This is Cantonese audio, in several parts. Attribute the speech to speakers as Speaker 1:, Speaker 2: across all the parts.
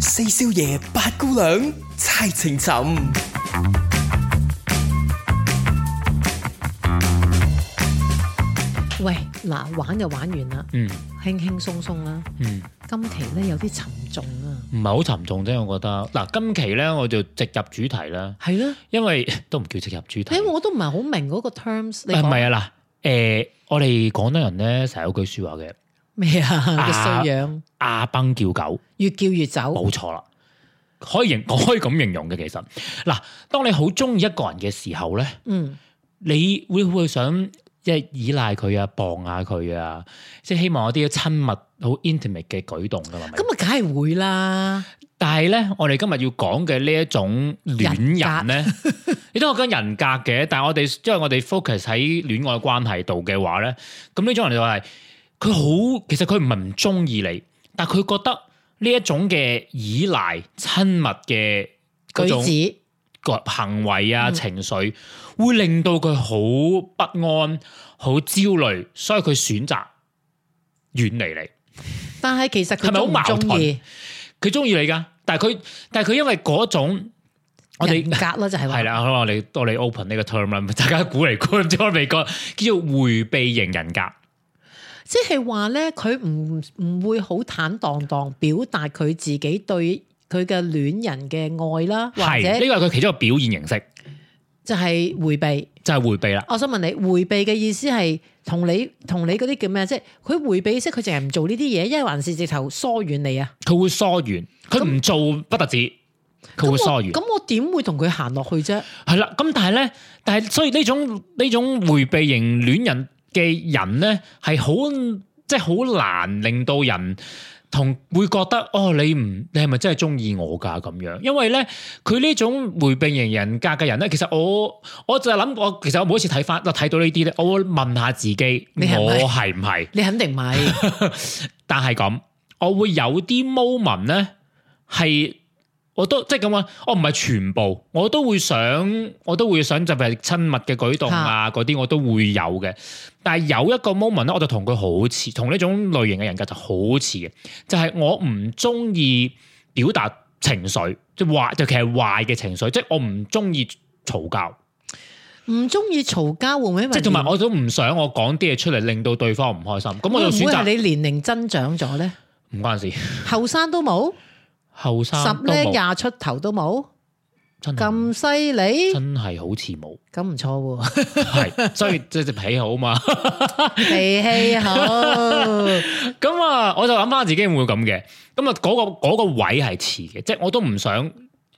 Speaker 1: 四少爺八姑娘猜情尋。
Speaker 2: 喂，嗱，玩就玩完啦，
Speaker 3: 嗯
Speaker 2: 輕輕鬆鬆啦。
Speaker 3: 嗯，
Speaker 2: 今期咧有啲沉重啊，
Speaker 3: 唔係好沉重啫，我覺得。嗱，今期咧我就直入主題啦，
Speaker 2: 係咯。
Speaker 3: 因為 都唔叫直入主題。
Speaker 2: 誒，我都唔係好明嗰個 terms。你
Speaker 3: 啊唔
Speaker 2: 講
Speaker 3: 係啊嗱，誒，我哋廣東人咧成日有句説話嘅，
Speaker 2: 咩啊？個
Speaker 3: 啊
Speaker 2: 衰樣，
Speaker 3: 阿崩叫狗，
Speaker 2: 越叫越走。
Speaker 3: 冇錯啦。可以形， 我可以咁形容嘅其實。嗱，當你好中意一個人嘅時候咧，
Speaker 2: 嗯，
Speaker 3: 你會唔會想即係依賴佢啊、傍下佢啊，即係希望有啲親密、好 intimate 嘅舉動㗎嘛？係咪
Speaker 2: 咁啊，梗係會啦。
Speaker 3: 但係咧，我哋今日要講嘅呢一種戀人 咧，你都我講人格嘅，但係我哋因為我哋 focus 喺戀愛關係度嘅話咧，咁呢種人就係佢好，其實佢唔係唔中意你，但係佢覺得呢一種嘅依賴、親密嘅嗰
Speaker 2: 舉
Speaker 3: 種
Speaker 2: 止
Speaker 3: 個行為啊、
Speaker 2: 嗯
Speaker 3: 情緒，會令到佢好不安、好焦慮，所以佢選擇遠離你。
Speaker 2: 但係其實佢
Speaker 3: 係咪好
Speaker 2: 中唔
Speaker 3: 矛盾
Speaker 2: 中意
Speaker 3: 佢中意你㗎，但係佢但係佢因為嗰種我哋
Speaker 2: 人。格啊咯，就係話
Speaker 3: 係。啦，可能我哋我哋 open 呢個 term 啦， 大家估嚟估去，唔知我未講， 叫做迴避型人格。
Speaker 2: 即係話咧，佢唔唔會好坦蕩蕩表達佢自己對佢嘅戀人嘅愛啦，或
Speaker 3: 係呢
Speaker 2: 者
Speaker 3: 個係佢其中一個表現形式，
Speaker 2: 就係迴避。
Speaker 3: 就係、迴避啦。
Speaker 2: 我想問你，迴避嘅意思係同你同你嗰啲叫咩？即係佢迴避式，佢淨係唔做呢啲嘢，一係還是直頭疏遠你啊？
Speaker 3: 佢會疏遠，佢唔做不特止，佢會疏遠。
Speaker 2: 咁我點會同佢行落去啫？
Speaker 3: 係啦，咁但係咧，但係所以呢種呢種迴避型戀人嘅人咧，係好即係好難令到人同會覺得哦，你唔你係咪真係中意我㗎咁樣？因為咧，佢呢種迴避型人格嘅人咧，其實我我就係諗我其實我每一次睇翻睇到呢啲咧，我會問下自己，
Speaker 2: 你係咪
Speaker 3: 我係唔係？
Speaker 2: 你肯定唔 係，
Speaker 3: 但係咁，我會有啲 moment 咧，係我都即係咁啊！我唔係全部，我都會想，我都會想就係親密嘅舉動啊，嗰啲我都會有嘅。但係有一個 moment 咧，我就同佢好似，同呢種類型嘅人格就好似嘅，就係、我唔中意表達情緒，即係壞，尤其係壞嘅情緒，即係我唔中意嘈交，
Speaker 2: 唔中意嘈交會唔會因為
Speaker 3: 即係同埋我都唔想我講啲嘢出嚟令到對方唔開心。咁我就
Speaker 2: 會唔
Speaker 3: 選
Speaker 2: 會係
Speaker 3: 擇
Speaker 2: 你年齡增長咗咧？
Speaker 3: 唔關事，
Speaker 2: 後生都冇，
Speaker 3: 後生
Speaker 2: 十
Speaker 3: 都
Speaker 2: 零
Speaker 3: 冇
Speaker 2: 廿出頭都冇，
Speaker 3: 真係
Speaker 2: 咁犀 利，
Speaker 3: 真係好似冇，
Speaker 2: 咁唔錯喎。
Speaker 3: 係，所以即係脾好嘛。
Speaker 2: 脾氣好，
Speaker 3: 咁啊，我就諗翻自己會唔會咁嘅。咁啊，嗰個嗰個位係似嘅，即係我都唔想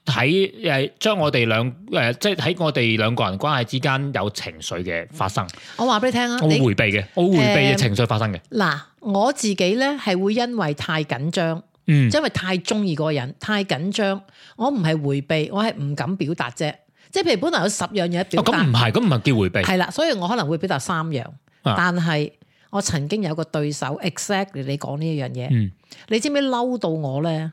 Speaker 3: 喺誒將我哋兩誒，即係喺我哋兩個人關係之間有情緒嘅發生，
Speaker 2: 我話俾你聽啊，
Speaker 3: 我會
Speaker 2: 你
Speaker 3: 迴避嘅，我會迴避嘅
Speaker 2: 誒
Speaker 3: 情緒發生嘅。
Speaker 2: 嗱我自己咧係會因為太緊張，
Speaker 3: 嗯，
Speaker 2: 因為太中意嗰個人，太緊張，我唔係迴避，我係唔敢表達啫。即係譬如本來有十樣嘢表
Speaker 3: 哦咁唔
Speaker 2: 達，
Speaker 3: 係，咁唔係叫迴避，
Speaker 2: 係啦，所以我可能會表達三樣，
Speaker 3: 啊
Speaker 2: 但係我曾經有個對手，exactly 你講呢一樣嘢，
Speaker 3: 嗯
Speaker 2: 你知唔知嬲到我咧？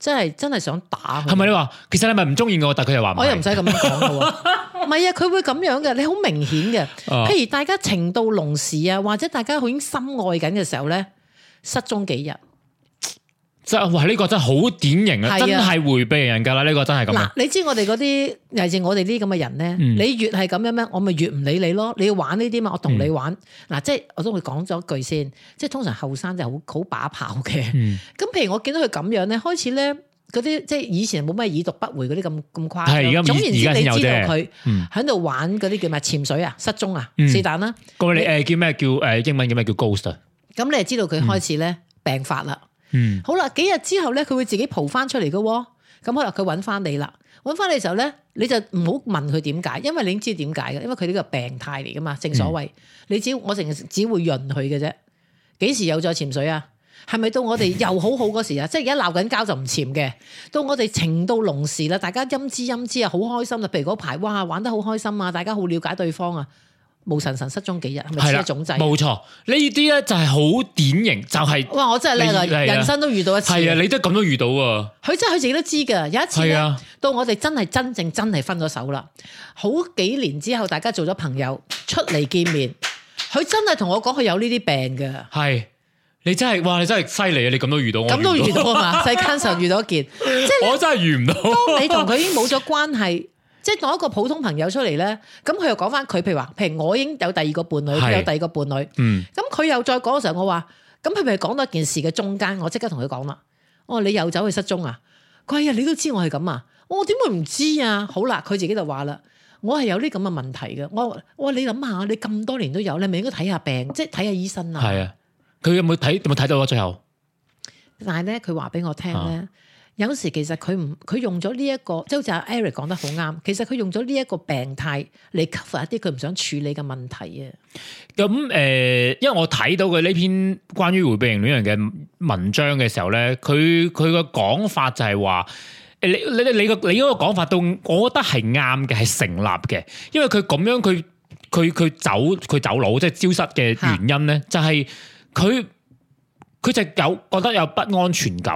Speaker 2: 真係真係想打佢。
Speaker 3: 係咪你話其實你係咪唔中意我，但佢又話唔
Speaker 2: 我又唔
Speaker 3: 係
Speaker 2: 使咁樣講嘅喎， 唔係啊，佢會咁樣嘅，你好明顯嘅。
Speaker 3: 啊
Speaker 2: 譬如大家情到濃時啊，或者大家好已經深愛緊嘅時候咧，失蹤幾日。
Speaker 3: 即係哇呢個真係好典型啊，
Speaker 2: 係啊
Speaker 3: 真係迴避人㗎啦，呢個真係咁
Speaker 2: 嗱
Speaker 3: 樣，，
Speaker 2: 你知我哋嗰啲，尤其是我哋呢啲咁嘅人咧，
Speaker 3: 嗯
Speaker 2: 你越係咁樣咩，我咪越唔理你咯。你要玩呢啲嘛，我同你
Speaker 3: 嗯
Speaker 2: 玩。嗱，即係我都會講咗句先，即係通常後生就好 好把炮嘅。
Speaker 3: 嗯，
Speaker 2: 咁譬如我見到佢咁樣咧，開始咧嗰啲即係以前冇咩已讀不回嗰啲咁咁誇
Speaker 3: 係而家
Speaker 2: 張。總言之，
Speaker 3: 而家
Speaker 2: 你知
Speaker 3: 先有
Speaker 2: 道
Speaker 3: 啫
Speaker 2: 佢
Speaker 3: 嗯
Speaker 2: 喺度玩嗰啲叫咩潛水啊、失蹤啊，
Speaker 3: 嗯
Speaker 2: 是但啦。
Speaker 3: 咁你誒叫咩叫誒英文叫咩叫 ghost 啊？
Speaker 2: 咁你就知道佢開始咧病發啦。
Speaker 3: 嗯
Speaker 2: 好啦，幾日之後咧，佢會自己蒲翻出嚟嘅喎。咁可能佢揾翻你啦，揾翻你嘅時候咧，你就唔好問佢點解，因為你已經知點解嘅，因為佢呢個病態嚟噶嘛，正所謂，
Speaker 3: 嗯
Speaker 2: 你只我成日只會潤佢嘅啫。幾時有再潛水啊？係咪到我 哋又好好嗰時啊？即係而家鬧緊交就唔潛嘅，到我哋情到濃時啦，大家陰知陰知啊，好開心啦。譬如嗰排哇玩得好開心啊，大家好了解對方啊，無神神失蹤幾日，係咪
Speaker 3: 係
Speaker 2: 黐
Speaker 3: 啦，
Speaker 2: 咗種仔？
Speaker 3: 冇錯，呢啲咧就係好典型，就係
Speaker 2: 哇！我真係叻啊，
Speaker 3: 你係啊
Speaker 2: 人生都遇到一次。
Speaker 3: 係啊，你都咁都遇到啊，
Speaker 2: 佢真係佢自己都知㗎。有一次
Speaker 3: 係
Speaker 2: 咧
Speaker 3: 啊，
Speaker 2: 到我哋真係真正真係分咗手啦，好幾年之後大家做咗朋友，出嚟見面，佢真係同我講佢有呢啲病㗎。
Speaker 3: 係你真係哇！你真係犀利啊！你咁都遇到我，
Speaker 2: 咁都遇到啊 嘛，世間上遇到一件，即係
Speaker 3: 我真係遇唔到。
Speaker 2: 你同 佢已經冇咗關係，即係當一個普通朋友出嚟咧，咁佢又講翻佢，譬如話，譬如我已經有第二個伴侶，
Speaker 3: 係
Speaker 2: 有第二個伴侶，
Speaker 3: 嗯，
Speaker 2: 咁佢又再講嘅時候，我話，咁佢咪講到一件事嘅中間，我即刻同佢講啦，我話你又走去失蹤啊？佢話哎呀，你都知我係咁啊，我點會唔知啊？好啦，佢自己就話啦。我係有啲咁嘅問題嘅，我話我話你諗下，你咁多年都有，你咪應該睇下病，即係睇下醫生啊。
Speaker 3: 係啊。佢有冇睇？有冇睇到啊？最後
Speaker 2: 但係咧，佢話俾我聽咧
Speaker 3: 啊，
Speaker 2: 有時其實佢唔佢用咗呢一個，即係好似阿 Eric 講得好啱，其實佢用咗呢一個病態嚟 cover 一啲佢唔想處理嘅問題啊。
Speaker 3: 咁诶，因為我睇到佢呢篇關於回避型戀人嘅文章嘅時候咧，佢佢個講法就係話。誒你你你你個你嗰個講法都，我覺得係啱嘅，係成立嘅，因為佢咁樣佢佢佢走佢走佬，即係消失嘅原因咧，就係佢佢就有覺得有不安全感，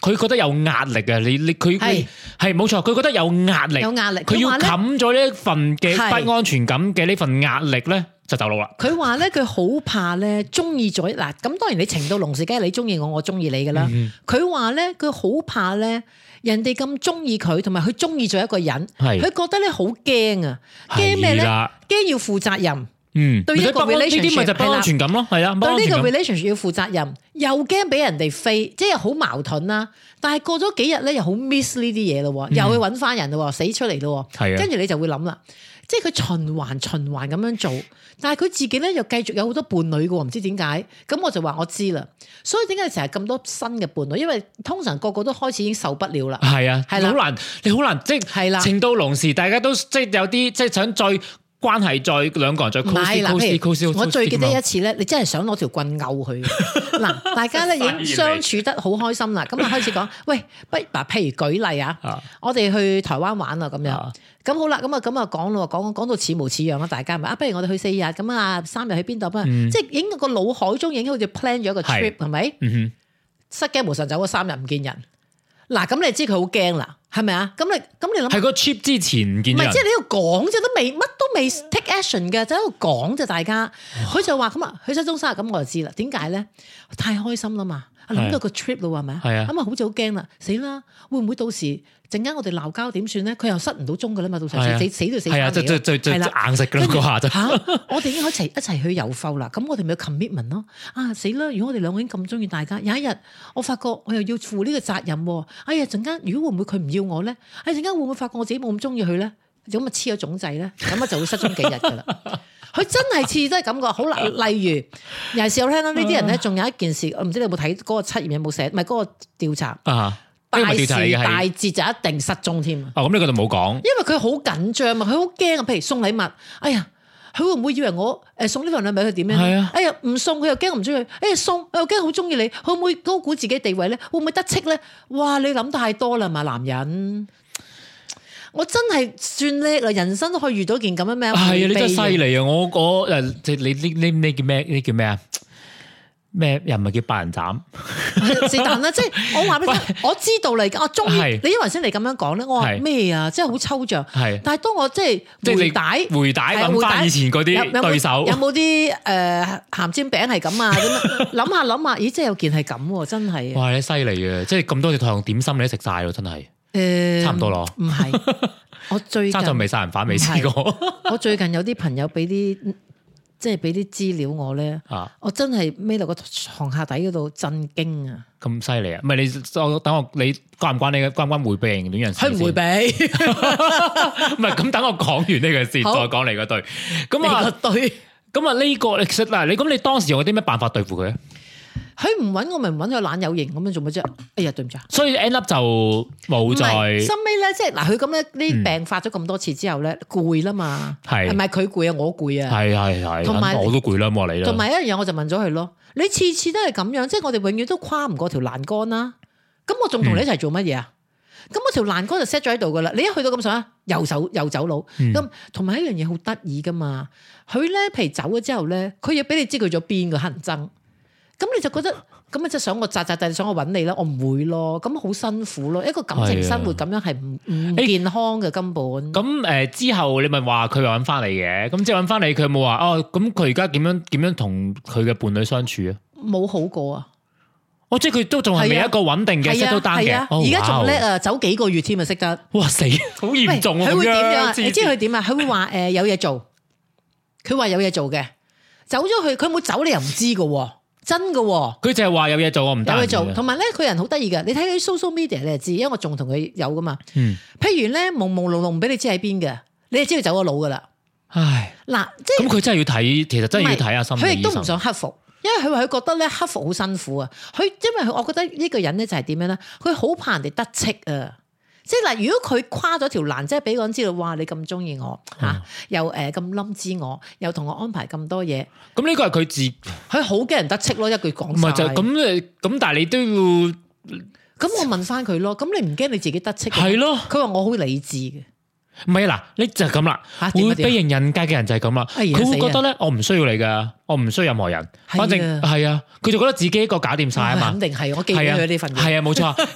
Speaker 3: 佢覺得有壓力嘅，你你
Speaker 2: 係
Speaker 3: 佢佢係冇錯，佢覺得有壓力，
Speaker 2: 有壓力，佢
Speaker 3: 佢要
Speaker 2: 話咧，
Speaker 3: 冚咗呢一份嘅
Speaker 2: 係
Speaker 3: 不安全感嘅呢份壓力咧，就走佬啦。
Speaker 2: 佢話咧，佢好怕咧，中意咗嗱，咁當然你情到濃時，梗係你中意我，我中意你噶啦。
Speaker 3: 嗯
Speaker 2: 佢話咧，佢好怕咧，人哋咁中意佢，同埋佢中意咗一個人，
Speaker 3: 係
Speaker 2: 佢覺得咧好驚啊，驚咩咧
Speaker 3: 係？啦？
Speaker 2: 驚要負責任。
Speaker 3: 嗯，
Speaker 2: 對一個
Speaker 3: 所以不安呢
Speaker 2: relationship，
Speaker 3: 啲咪就係不安全感咯，係啊啦，不安
Speaker 2: 對
Speaker 3: 全
Speaker 2: 呢個
Speaker 3: 感。
Speaker 2: relationship 要負責任，又驚俾人哋飛，即係好矛盾啦。但係過咗幾日咧，又好 miss 呢啲嘢咯喎，又去揾翻人咯喎，死出嚟咯
Speaker 3: 嗯係
Speaker 2: 喎，
Speaker 3: 啊
Speaker 2: 跟住你就會諗啦，即係佢循環循環咁樣做，但係佢自己咧又繼續有好多伴侶嘅喎，唔知點解。咁我就話我知啦，所以點解成日咁多新嘅伴侶？因為通常個個都開始已經受不了 啦，
Speaker 3: 係啊，
Speaker 2: 係啦
Speaker 3: 好難，你好難，即
Speaker 2: 係啦
Speaker 3: 係情到濃時，大家都即係有啲即係想再關係再兩個人再
Speaker 2: 唔係
Speaker 3: close
Speaker 2: 嗱，譬
Speaker 3: close
Speaker 2: 如
Speaker 3: close
Speaker 2: 我最記得一次咧，你真係想攞條棍毆佢。 嗱，大家咧已經相處得好開心啦，咁啊開始講，喂，不嗱，譬如舉例啊，
Speaker 3: 啊
Speaker 2: 我哋去台灣玩啊，咁樣
Speaker 3: 啊，
Speaker 2: 咁好啦，咁啊咁啊講咯，講講到似模似樣啦，大家咪啊，不如我哋去四日，咁啊三日去邊度啊？
Speaker 3: 嗯
Speaker 2: 即係已經個腦海中已經好似 plan 咗一個
Speaker 3: 係
Speaker 2: trip 係咪？
Speaker 3: 嗯
Speaker 2: 失驚無神走咗三日唔見人，嗱咁你知佢好驚啦，係咪啊？咁你咁你
Speaker 3: 哼，
Speaker 2: 諗。
Speaker 3: 係個 trip 之前唔見
Speaker 2: 唔
Speaker 3: 咗
Speaker 2: 係，
Speaker 3: 人
Speaker 2: 即係你喺度講啫，都未乜都未 take action 嘅，就喺度講啫。大家佢就話咁啊，去失蹤三日咁，我就知啦。點解咧？太開心啦嘛，啊諗到個 trip 咯，係咪
Speaker 3: 係啊
Speaker 2: 咁啊，好似好驚啦，死啦！會唔會到時陣間我哋鬧交點算咧？佢又失唔到蹤噶啦嘛，到時
Speaker 3: 係啊
Speaker 2: 死死都死
Speaker 3: 係啊，
Speaker 2: 翻
Speaker 3: 即即
Speaker 2: 嚟
Speaker 3: 即即
Speaker 2: 係啦
Speaker 3: 硬食㗎啦嗰下就。
Speaker 2: 吓，我哋已經可以一齊一齊去遊埠啦。咁我哋咪有 commitment 咯。啊死啦！如果我哋兩個已經咁中意大家，有一日我發覺我又要負呢個責任喎。哎呀，陣間如果會唔會佢唔要我咧？哎，陣間會唔會發覺我自己冇咁中意佢咧？咁咪黐咗種仔咧，咁啊就會失蹤幾日噶啦。 佢真係次次都係咁個，好啦。例如，尤其是我聽到呢啲人
Speaker 3: 啊
Speaker 2: 咧，仲有一件事，我唔知你有冇睇嗰個測驗有冇寫，唔係嗰個調查，
Speaker 3: 啊，呢個
Speaker 2: 大
Speaker 3: 咪
Speaker 2: 事
Speaker 3: 調查嚟嘅
Speaker 2: 大
Speaker 3: 係。
Speaker 2: 節就一定失蹤添啊！
Speaker 3: 哦，咁呢個就冇講。
Speaker 2: 因為佢好緊張啊，佢好驚啊。譬如送禮物，哎呀，佢會唔會以為我誒送呢份禮物俾佢點樣？
Speaker 3: 係啊
Speaker 2: 哎呀，唔送佢又驚我唔中意佢，哎呀送我又驚好中意你，佢會唔會高估自己地位咧？會唔會得戚咧？哇！你諗太多啦嘛，男人。我真係算叻啦，人生都可以遇到件咁樣咩？
Speaker 3: 係啊，你真係犀
Speaker 2: 利！
Speaker 3: 利啊！我我誒，即係你呢呢呢叫咩？呢叫咩啊？咩又唔係叫百人斬？
Speaker 2: 是但啦，即係 我話俾你聽，我知道你㗎，我中意
Speaker 3: 係
Speaker 2: 你。因為先你咁樣講咧，我話
Speaker 3: 係
Speaker 2: 咩啊？即係好抽象。
Speaker 3: 係
Speaker 2: 但係當我即
Speaker 3: 即
Speaker 2: 係
Speaker 3: 係
Speaker 2: 回
Speaker 3: 你
Speaker 2: 帶。
Speaker 3: 回帶諗翻以前嗰
Speaker 2: 有有
Speaker 3: 啲
Speaker 2: 冇
Speaker 3: 對手
Speaker 2: 有，冇啲誒鹹煎餅係 咁啊？咁啊諗下諗下，咦，真係有件係咁喎，真係啊
Speaker 3: 哇！你犀利啊！即係咁多隻台用點心你都食晒咯，真係
Speaker 2: 誒，
Speaker 3: 差唔多咯
Speaker 2: 呃唔係， 我最
Speaker 3: 差就
Speaker 2: 近
Speaker 3: 未殺人犯未試過
Speaker 2: 我最近有啲朋友俾啲即係俾啲資料我咧，
Speaker 3: 啊！
Speaker 2: 我真係孭落個床下底嗰度震驚啊！
Speaker 3: 咁犀利啊！唔係你我等我你關唔關你嘅關唔關迴避型戀人事
Speaker 2: 佢
Speaker 3: 先？
Speaker 2: 唔會
Speaker 3: 避，
Speaker 2: 俾
Speaker 3: 唔係咁等我講完呢個先，再
Speaker 2: 好
Speaker 3: 講你嗰對。
Speaker 2: 你
Speaker 3: 咁
Speaker 2: 個
Speaker 3: 啊
Speaker 2: 對，
Speaker 3: 咁啊呢個其實嗱，你咁你當時用啲咩辦法對付佢咧？
Speaker 2: 佢唔揾我咪唔揾佢懶有型咁樣做乜啫？哎呀，對唔住啊！
Speaker 3: 所以 end up 就
Speaker 2: 唔
Speaker 3: 冇再嗯
Speaker 2: 係，收尾咧，即係嗱，佢咁咧，呢病發咗咁多次之後咧，攰啦嘛，
Speaker 3: 係
Speaker 2: 係咪佢攰啊？我攰啊，
Speaker 3: 係係係，
Speaker 2: 同埋
Speaker 3: 咁我都攰啦，冇話你啦
Speaker 2: 同。埋一樣嘢，我就問咗佢咯，你次次都係咁樣，即係我哋永遠都跨唔過條欄杆啦。咁我仲
Speaker 3: 嗯
Speaker 2: 同你一齊做乜嘢啊？咁我條欄杆就 set 咗喺度噶啦。你一去到咁上下，又走又走佬。
Speaker 3: 嗯
Speaker 2: 咁同埋一樣嘢好得意噶嘛， 佢咧譬如走咗之後咧，佢要俾你知佢咗邊個乞人憎。咁你就覺得咁你即係想我扎扎地想我揾你啦，我唔會咯，咁好辛苦咯，一個感情生活咁樣係唔唔
Speaker 3: 啊誒
Speaker 2: 健康嘅根本。
Speaker 3: 咁誒、呃之後你咪話佢話揾翻你嘅，咁即係揾翻你，佢有冇話哦？咁佢而家點樣點樣同佢嘅伴侶相處啊？
Speaker 2: 冇好過啊！
Speaker 3: 哦，即係佢都仲係未
Speaker 2: 係啊
Speaker 3: 一個穩定嘅 set
Speaker 2: 係
Speaker 3: 到
Speaker 2: 啊，
Speaker 3: 單
Speaker 2: 係
Speaker 3: 嘅
Speaker 2: 啊，，
Speaker 3: 哦
Speaker 2: 而家仲叻！
Speaker 3: 哇
Speaker 2: 啊，走幾個月添啊，識得。
Speaker 3: 哇死，好嚴重
Speaker 2: 喂
Speaker 3: 啊！
Speaker 2: 佢會
Speaker 3: 點
Speaker 2: 點樣啊？你知
Speaker 3: 佢
Speaker 2: 佢點啊？佢會話誒有嘢做，佢話有嘢做嘅，走咗去佢冇走你又唔知嘅喎，真嘅喎。
Speaker 3: 佢就係話有嘢做，我唔
Speaker 2: 有
Speaker 3: 得
Speaker 2: 嘢
Speaker 3: 閒啊
Speaker 2: 做，
Speaker 3: 嘅
Speaker 2: 同埋咧佢人好得意嘅，你睇佢 social media 你就知，因為我仲同佢有噶嘛。
Speaker 3: 嗯，
Speaker 2: 譬如咧朦朦朧朧唔俾你知喺邊嘅，你就知佢走咗佬噶啦。
Speaker 3: 唉。
Speaker 2: 嗱，即
Speaker 3: 咁
Speaker 2: 係
Speaker 3: 佢真係要睇，其實真係要睇下心
Speaker 2: 唔係佢
Speaker 3: 理
Speaker 2: 亦
Speaker 3: 醫
Speaker 2: 都唔
Speaker 3: 生。
Speaker 2: 想克服，因為佢話佢覺得咧克服好辛苦啊。佢因為佢我覺得呢個人咧就係點樣咧，佢好怕人哋得戚啊。即係嗱，如果佢跨咗條欄，即係俾個人知道，哇！你咁中意我
Speaker 3: 嗯
Speaker 2: 嚇、又誒咁冧知我，又同我安排咁多嘢，
Speaker 3: 咁呢個係佢自，唔
Speaker 2: 佢好驚人得戚咯，一句講
Speaker 3: 係就
Speaker 2: 晒。
Speaker 3: 咁誒咁，但係你都要
Speaker 2: 咁我問翻佢咯，咁你唔驚你自己得戚嘅？
Speaker 3: 係咯。
Speaker 2: 佢話我好理智嘅，
Speaker 3: 唔係啊嗱，你就係咁啦，
Speaker 2: 嚇點啊
Speaker 3: 會
Speaker 2: 點啊
Speaker 3: 俾人人格嘅人就係咁啦。
Speaker 2: 哎呀
Speaker 3: 佢會
Speaker 2: 死啊
Speaker 3: 覺得咧，我唔需要你噶，我唔需要任何人，
Speaker 2: 係啊
Speaker 3: 反正係啊，佢就覺得自己一個搞掂晒啊嘛
Speaker 2: 肯。定係我記住
Speaker 3: 係啊，
Speaker 2: 佢呢份嘢。
Speaker 3: 係啊，冇錯。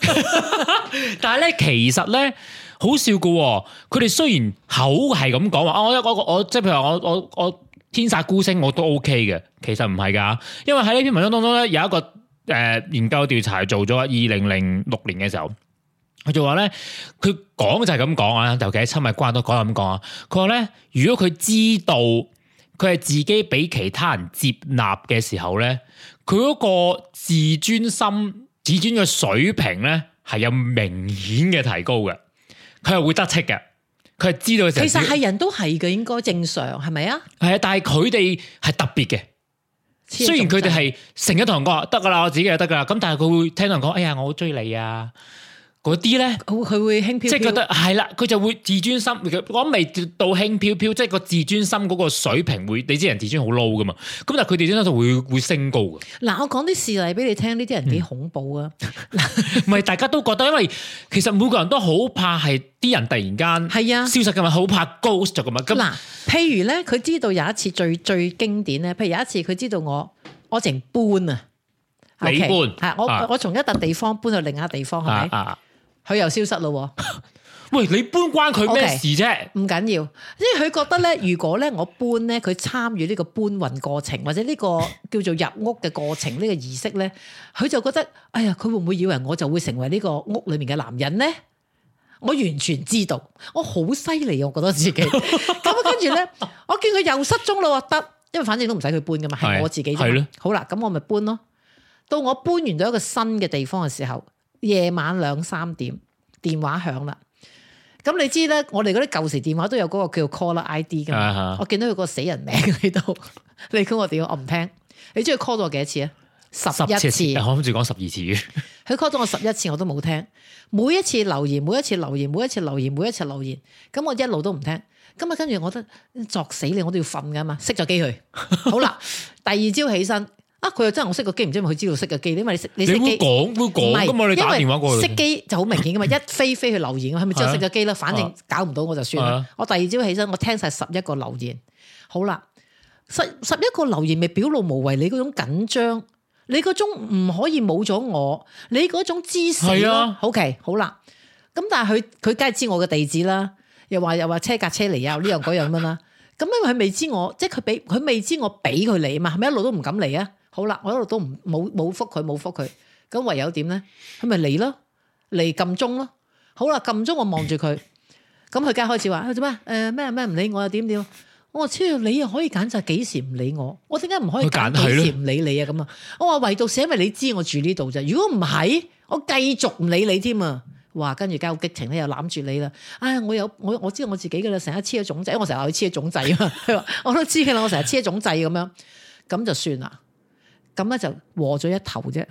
Speaker 3: 但係咧，其實咧好笑噶喎，佢哋雖然口係咁講話，啊我我我我即係譬如話我我我天煞孤星我都 OK 嘅，其實唔係㗎，因為喺呢篇文章當中咧有一個誒、呃研究調查做咗，二零零六年嘅時候。佢就話咧，佢講就係咁講啊，尤其喺親密關係都講係咁講啊。佢話咧，如果佢知道佢係自己俾其他人接納嘅時候咧，佢嗰個自尊心、自尊嘅水平咧係有明顯嘅提高嘅，佢係會得戚嘅，佢係知道嘅時候
Speaker 2: 其實係人都係嘅，應該正常係咪啊？
Speaker 3: 係啊，但係佢哋係特別嘅。雖然佢哋係成日同人講話得噶啦，我自己就得噶啦，咁但係佢會聽到人講，哎呀，我好追你啊，嗰啲咧。
Speaker 2: 佢佢會輕飄飄，啊
Speaker 3: 即係覺得係啦，佢就會自尊心，我諗未到輕飄飄，即係個自尊心嗰個水平會，你知人自尊好 low 噶嘛，咁但係佢哋真係就會會升高嘅， 唔
Speaker 2: 嗱，我講啲事例俾你聽，呢啲人
Speaker 3: 嗯
Speaker 2: 幾恐怖啊！
Speaker 3: 係大家都覺得，因為其實每個人都好怕係啲人突然間
Speaker 2: 係啊
Speaker 3: 消失㗎嘛，好怕 ghost 咗㗎嗯嘛，咁
Speaker 2: 嗱，譬如咧，佢知道有一次最最經典咧，譬如有一次佢知道我我成搬啊，
Speaker 3: 你搬
Speaker 2: 係
Speaker 3: 啊
Speaker 2: 我我從一笪地方搬去另一笪地方，係
Speaker 3: 啊
Speaker 2: 咪？
Speaker 3: 啊，
Speaker 2: 佢又消失咯喎，
Speaker 3: 喂，你搬關佢咩
Speaker 2: OK
Speaker 3: 事啫？
Speaker 2: 唔緊要，因為佢覺得咧，如果咧我搬咧，佢參與呢個搬運過程或者呢 個叫做入屋嘅過程呢個儀式咧，佢就覺得，哎呀，佢會唔會以為我就會成為呢個屋裏面嘅男人咧？我完全知道，我好犀利，我覺得自 己。咁啊跟住咧，我見佢又失蹤啦，得，因為反正都唔使佢搬噶嘛，
Speaker 3: 係
Speaker 2: 係我自己啫嘛。
Speaker 3: 係咯
Speaker 2: 好啦，咁我咪搬咯。到我搬完到一個新嘅地方嘅時候，夜晚兩三點電話響啦。咁你知咧，我哋嗰啲舊時電話都有嗰個叫 caller ID 噶嘛。
Speaker 3: 啊哈
Speaker 2: 我見到佢個死人名喺度， 你估我點？我唔聽。你知佢 call 咗我幾多次啊？十一
Speaker 3: 十啊
Speaker 2: 次。
Speaker 3: 我諗住講十二次嘅，
Speaker 2: 佢 call 咗我十一次我都冇聽，每一次留言，每一次留言，每一次留言，每一次留言，咁我一路都唔聽。咁啊，跟住我覺得作死你，我都要瞓噶嘛，熄咗 機佢。好啦，第二朝起身，啊佢又真係我熄個機，唔知係咪佢知道熄個機，因為你熄你
Speaker 3: 你
Speaker 2: 熄
Speaker 3: 會
Speaker 2: 機。
Speaker 3: 講會講㗎嘛？你打電話過去
Speaker 2: 熄機就好明顯噶嘛，一飛飛去留言，係咪之後
Speaker 3: 係啊
Speaker 2: 熄咗機啦？反正
Speaker 3: 啊
Speaker 2: 搞唔到我就算
Speaker 3: 係
Speaker 2: 啦
Speaker 3: 啊。
Speaker 2: 我第二朝起身，我聽晒十一個留言，好啦，十十一個留言咪表露無遺，你嗰種緊張，你嗰種唔可以冇咗我，你嗰種知死
Speaker 3: 係
Speaker 2: 咯
Speaker 3: 啊。
Speaker 2: OK，好啦，咁但係佢佢梗係知我嘅地址啦，又話又話車架車嚟啊，呢樣嗰樣咁樣啦。咁因為佢未知我，即係佢俾佢未知我俾佢嚟啊嘛，係咪一路都唔敢嚟啊？好啦，我一路都唔冇冇覆佢，冇覆佢，咁唯有點咧？佢咪嚟咯，嚟撳鐘咯。好啦，撳鐘我望住佢，咁佢梗係開始話啊做咩？誒咩咩唔理我又啊點點？我話超你又可以揀就幾時唔理我，我點解唔可以
Speaker 3: 佢揀
Speaker 2: 揀
Speaker 3: 係
Speaker 2: 幾
Speaker 3: 咯
Speaker 2: 時唔理你啊？咁啊，我話唯獨是因為你知我住呢度啫，如果唔係，我繼續唔理你添啊！哇，跟住梗係好激情咧，又攬住你啦。唉，我有我我知道我自己噶啦，成日黐咗種仔，因為我成日話佢黐咗種仔啊 嘛。佢話我都知嘅啦，我成日黐咗種仔咁樣，咁就算啦。咁咧就和咗一頭啫。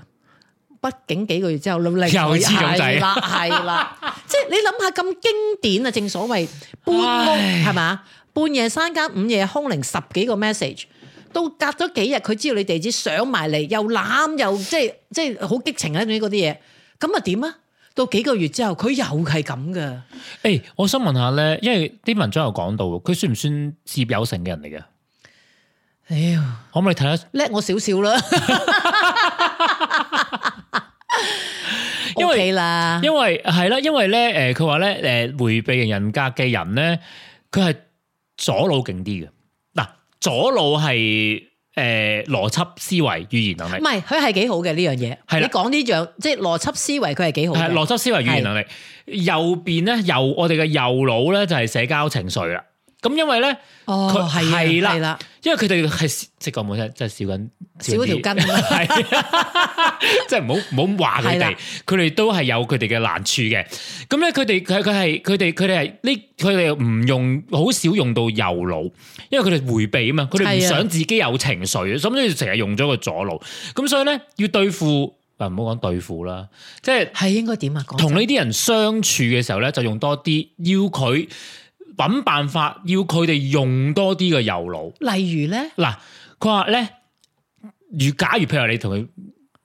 Speaker 2: 畢竟幾個月 之後，你
Speaker 3: 又黐種仔
Speaker 2: 係啦，係 啦，即係你諗下咁經典啊！正所謂搬屋係嘛，半夜三更午夜空靈十幾個 message，到隔咗幾日佢知道你地址上埋嚟，又攬又即係即係好激情啊！總之嗰啲嘢，咁啊點啊？到幾個月之後，佢又係咁噶。
Speaker 3: 誒，我想問下咧，因為啲文章有講到，佢算唔算事業有成嘅人嚟嘅？
Speaker 2: 哎呀，
Speaker 3: 可唔可以睇得？
Speaker 2: 叻我少少啦，
Speaker 3: 因為
Speaker 2: OK 啦，
Speaker 3: 因為係啦，因為咧，诶、佢話咧，诶、回避型人格嘅人咧，佢係左腦勁啲嘅。嗱，左腦係诶邏輯思維、語言能
Speaker 2: 唔
Speaker 3: 力，
Speaker 2: 係佢係幾好嘅呢樣嘢。
Speaker 3: 係
Speaker 2: 你
Speaker 3: 啦
Speaker 2: 講呢樣即係邏輯思維，佢係幾好
Speaker 3: 係
Speaker 2: 嘅。
Speaker 3: 邏輯思維、語言能力。右邊咧，右我哋嘅右腦咧就係社交情緒啦。咁因為咧，
Speaker 2: 哦，
Speaker 3: 佢
Speaker 2: 係啊
Speaker 3: 係啦
Speaker 2: 係啦，
Speaker 3: 因為佢哋係即係講冇聽，真係少緊
Speaker 2: 少咗條
Speaker 3: 緊啲
Speaker 2: 筋啊嘛。
Speaker 3: 係，即係唔好唔好話佢
Speaker 2: 係啦
Speaker 3: 哋，佢哋都係有佢哋嘅難處嘅。咁咧，佢哋佢佢係佢哋佢哋係呢，佢哋唔用好少用到右腦，因為佢哋迴避啊嘛，佢哋唔
Speaker 2: 係啊
Speaker 3: 想自己有情緒，所以成日用咗個左腦。咁所以咧，要對付啊，唔好講對付啦，即係
Speaker 2: 係應該點啊？講
Speaker 3: 同呢啲人相處嘅時候咧，就用多啲，要佢揾辦法，要佢哋用多啲嘅右腦。
Speaker 2: 例如咧，
Speaker 3: 嗱，佢話咧，如假如譬如你同佢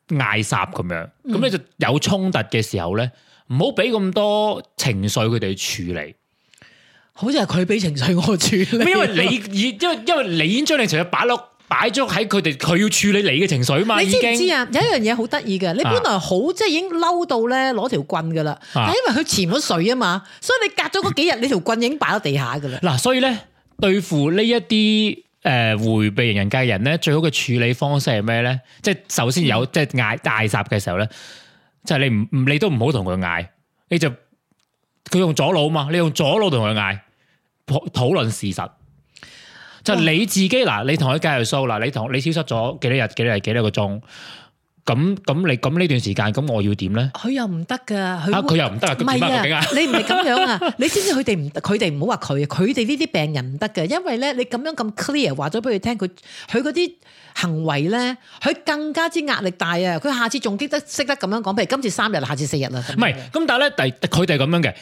Speaker 3: 嗌霎咁樣，咁、
Speaker 2: 嗯
Speaker 3: 你就有衝突嘅時候咧，唔好俾咁多情緒佢哋處理，
Speaker 2: 好似係佢俾情緒我處理，
Speaker 3: 因為 你已因為因為你已經將你情緒擺落擺咗喺佢哋，佢要處理你嘅情緒嘛，
Speaker 2: 你
Speaker 3: 已
Speaker 2: 知唔知
Speaker 3: 經
Speaker 2: 啊？有一樣嘢好得意嘅，你
Speaker 3: 啊
Speaker 2: 本來好即係已經嬲到咧攞條棍噶啦，但係因為佢潛咗水啊嘛，所以你隔咗嗰幾日，你條棍已經擺喺地下噶啦。
Speaker 3: 嗱，所以咧對付呢一啲。誒迴避型人格嘅人咧，最好嘅處理方式係咩咧？即係首先
Speaker 2: 嗯
Speaker 3: 有即係嗌嗌霎嘅時候咧，就係、你唔唔你都唔好同佢嗌，你就佢用左腦嘛，你用左腦同佢嗌討討論事實。就你自己嗱，你同佢計數嗱，你同你消失咗幾多日、幾多日、幾多個鐘，咁咁你咁呢段時間，咁我要點咧？
Speaker 2: 佢又唔得噶，
Speaker 3: 啊，
Speaker 2: 佢
Speaker 3: 佢又唔得啊，
Speaker 2: 唔
Speaker 3: 佢點
Speaker 2: 係
Speaker 3: 翻究竟
Speaker 2: 啊
Speaker 3: 啊？，
Speaker 2: 你唔係咁樣 啊！你知唔知佢哋唔佢哋唔好話佢，佢哋呢啲病人唔得嘅，因為咧你咁樣咁 clear 話咗俾佢聽，佢佢嗰啲行為咧，佢更加之壓力大啊！佢下次仲記得識得咁樣講，譬如今次三日啦，下次四日啦，咁樣
Speaker 3: 唔係，咁但係咧，第佢哋係咁樣嘅，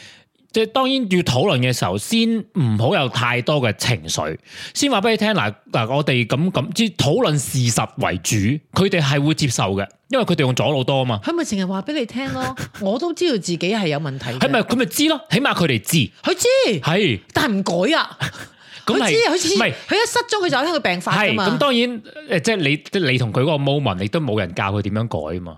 Speaker 3: 即係當然要討論嘅時候，先唔好有太多嘅情緒，先話俾你聽嗱嗱，我哋咁咁，即係討論事實為主，佢哋係會接受嘅，因為佢哋用左腦多啊嘛，
Speaker 2: 佢咪成日話俾你聽 咯，我都知道自己係有問題嘅。
Speaker 3: 係咪佢咪知咯？起碼佢哋知
Speaker 2: 佢知，
Speaker 3: 係。
Speaker 2: 但係唔改啊！
Speaker 3: 咁
Speaker 2: 佢
Speaker 3: 係
Speaker 2: 知，佢知，
Speaker 3: 唔係
Speaker 2: 佢一失蹤佢就有聽佢病發㗎
Speaker 3: 係
Speaker 2: 嘛。
Speaker 3: 咁，當然誒，即係你即係你同佢嗰個 moment，你都冇人教佢點樣改啊嘛。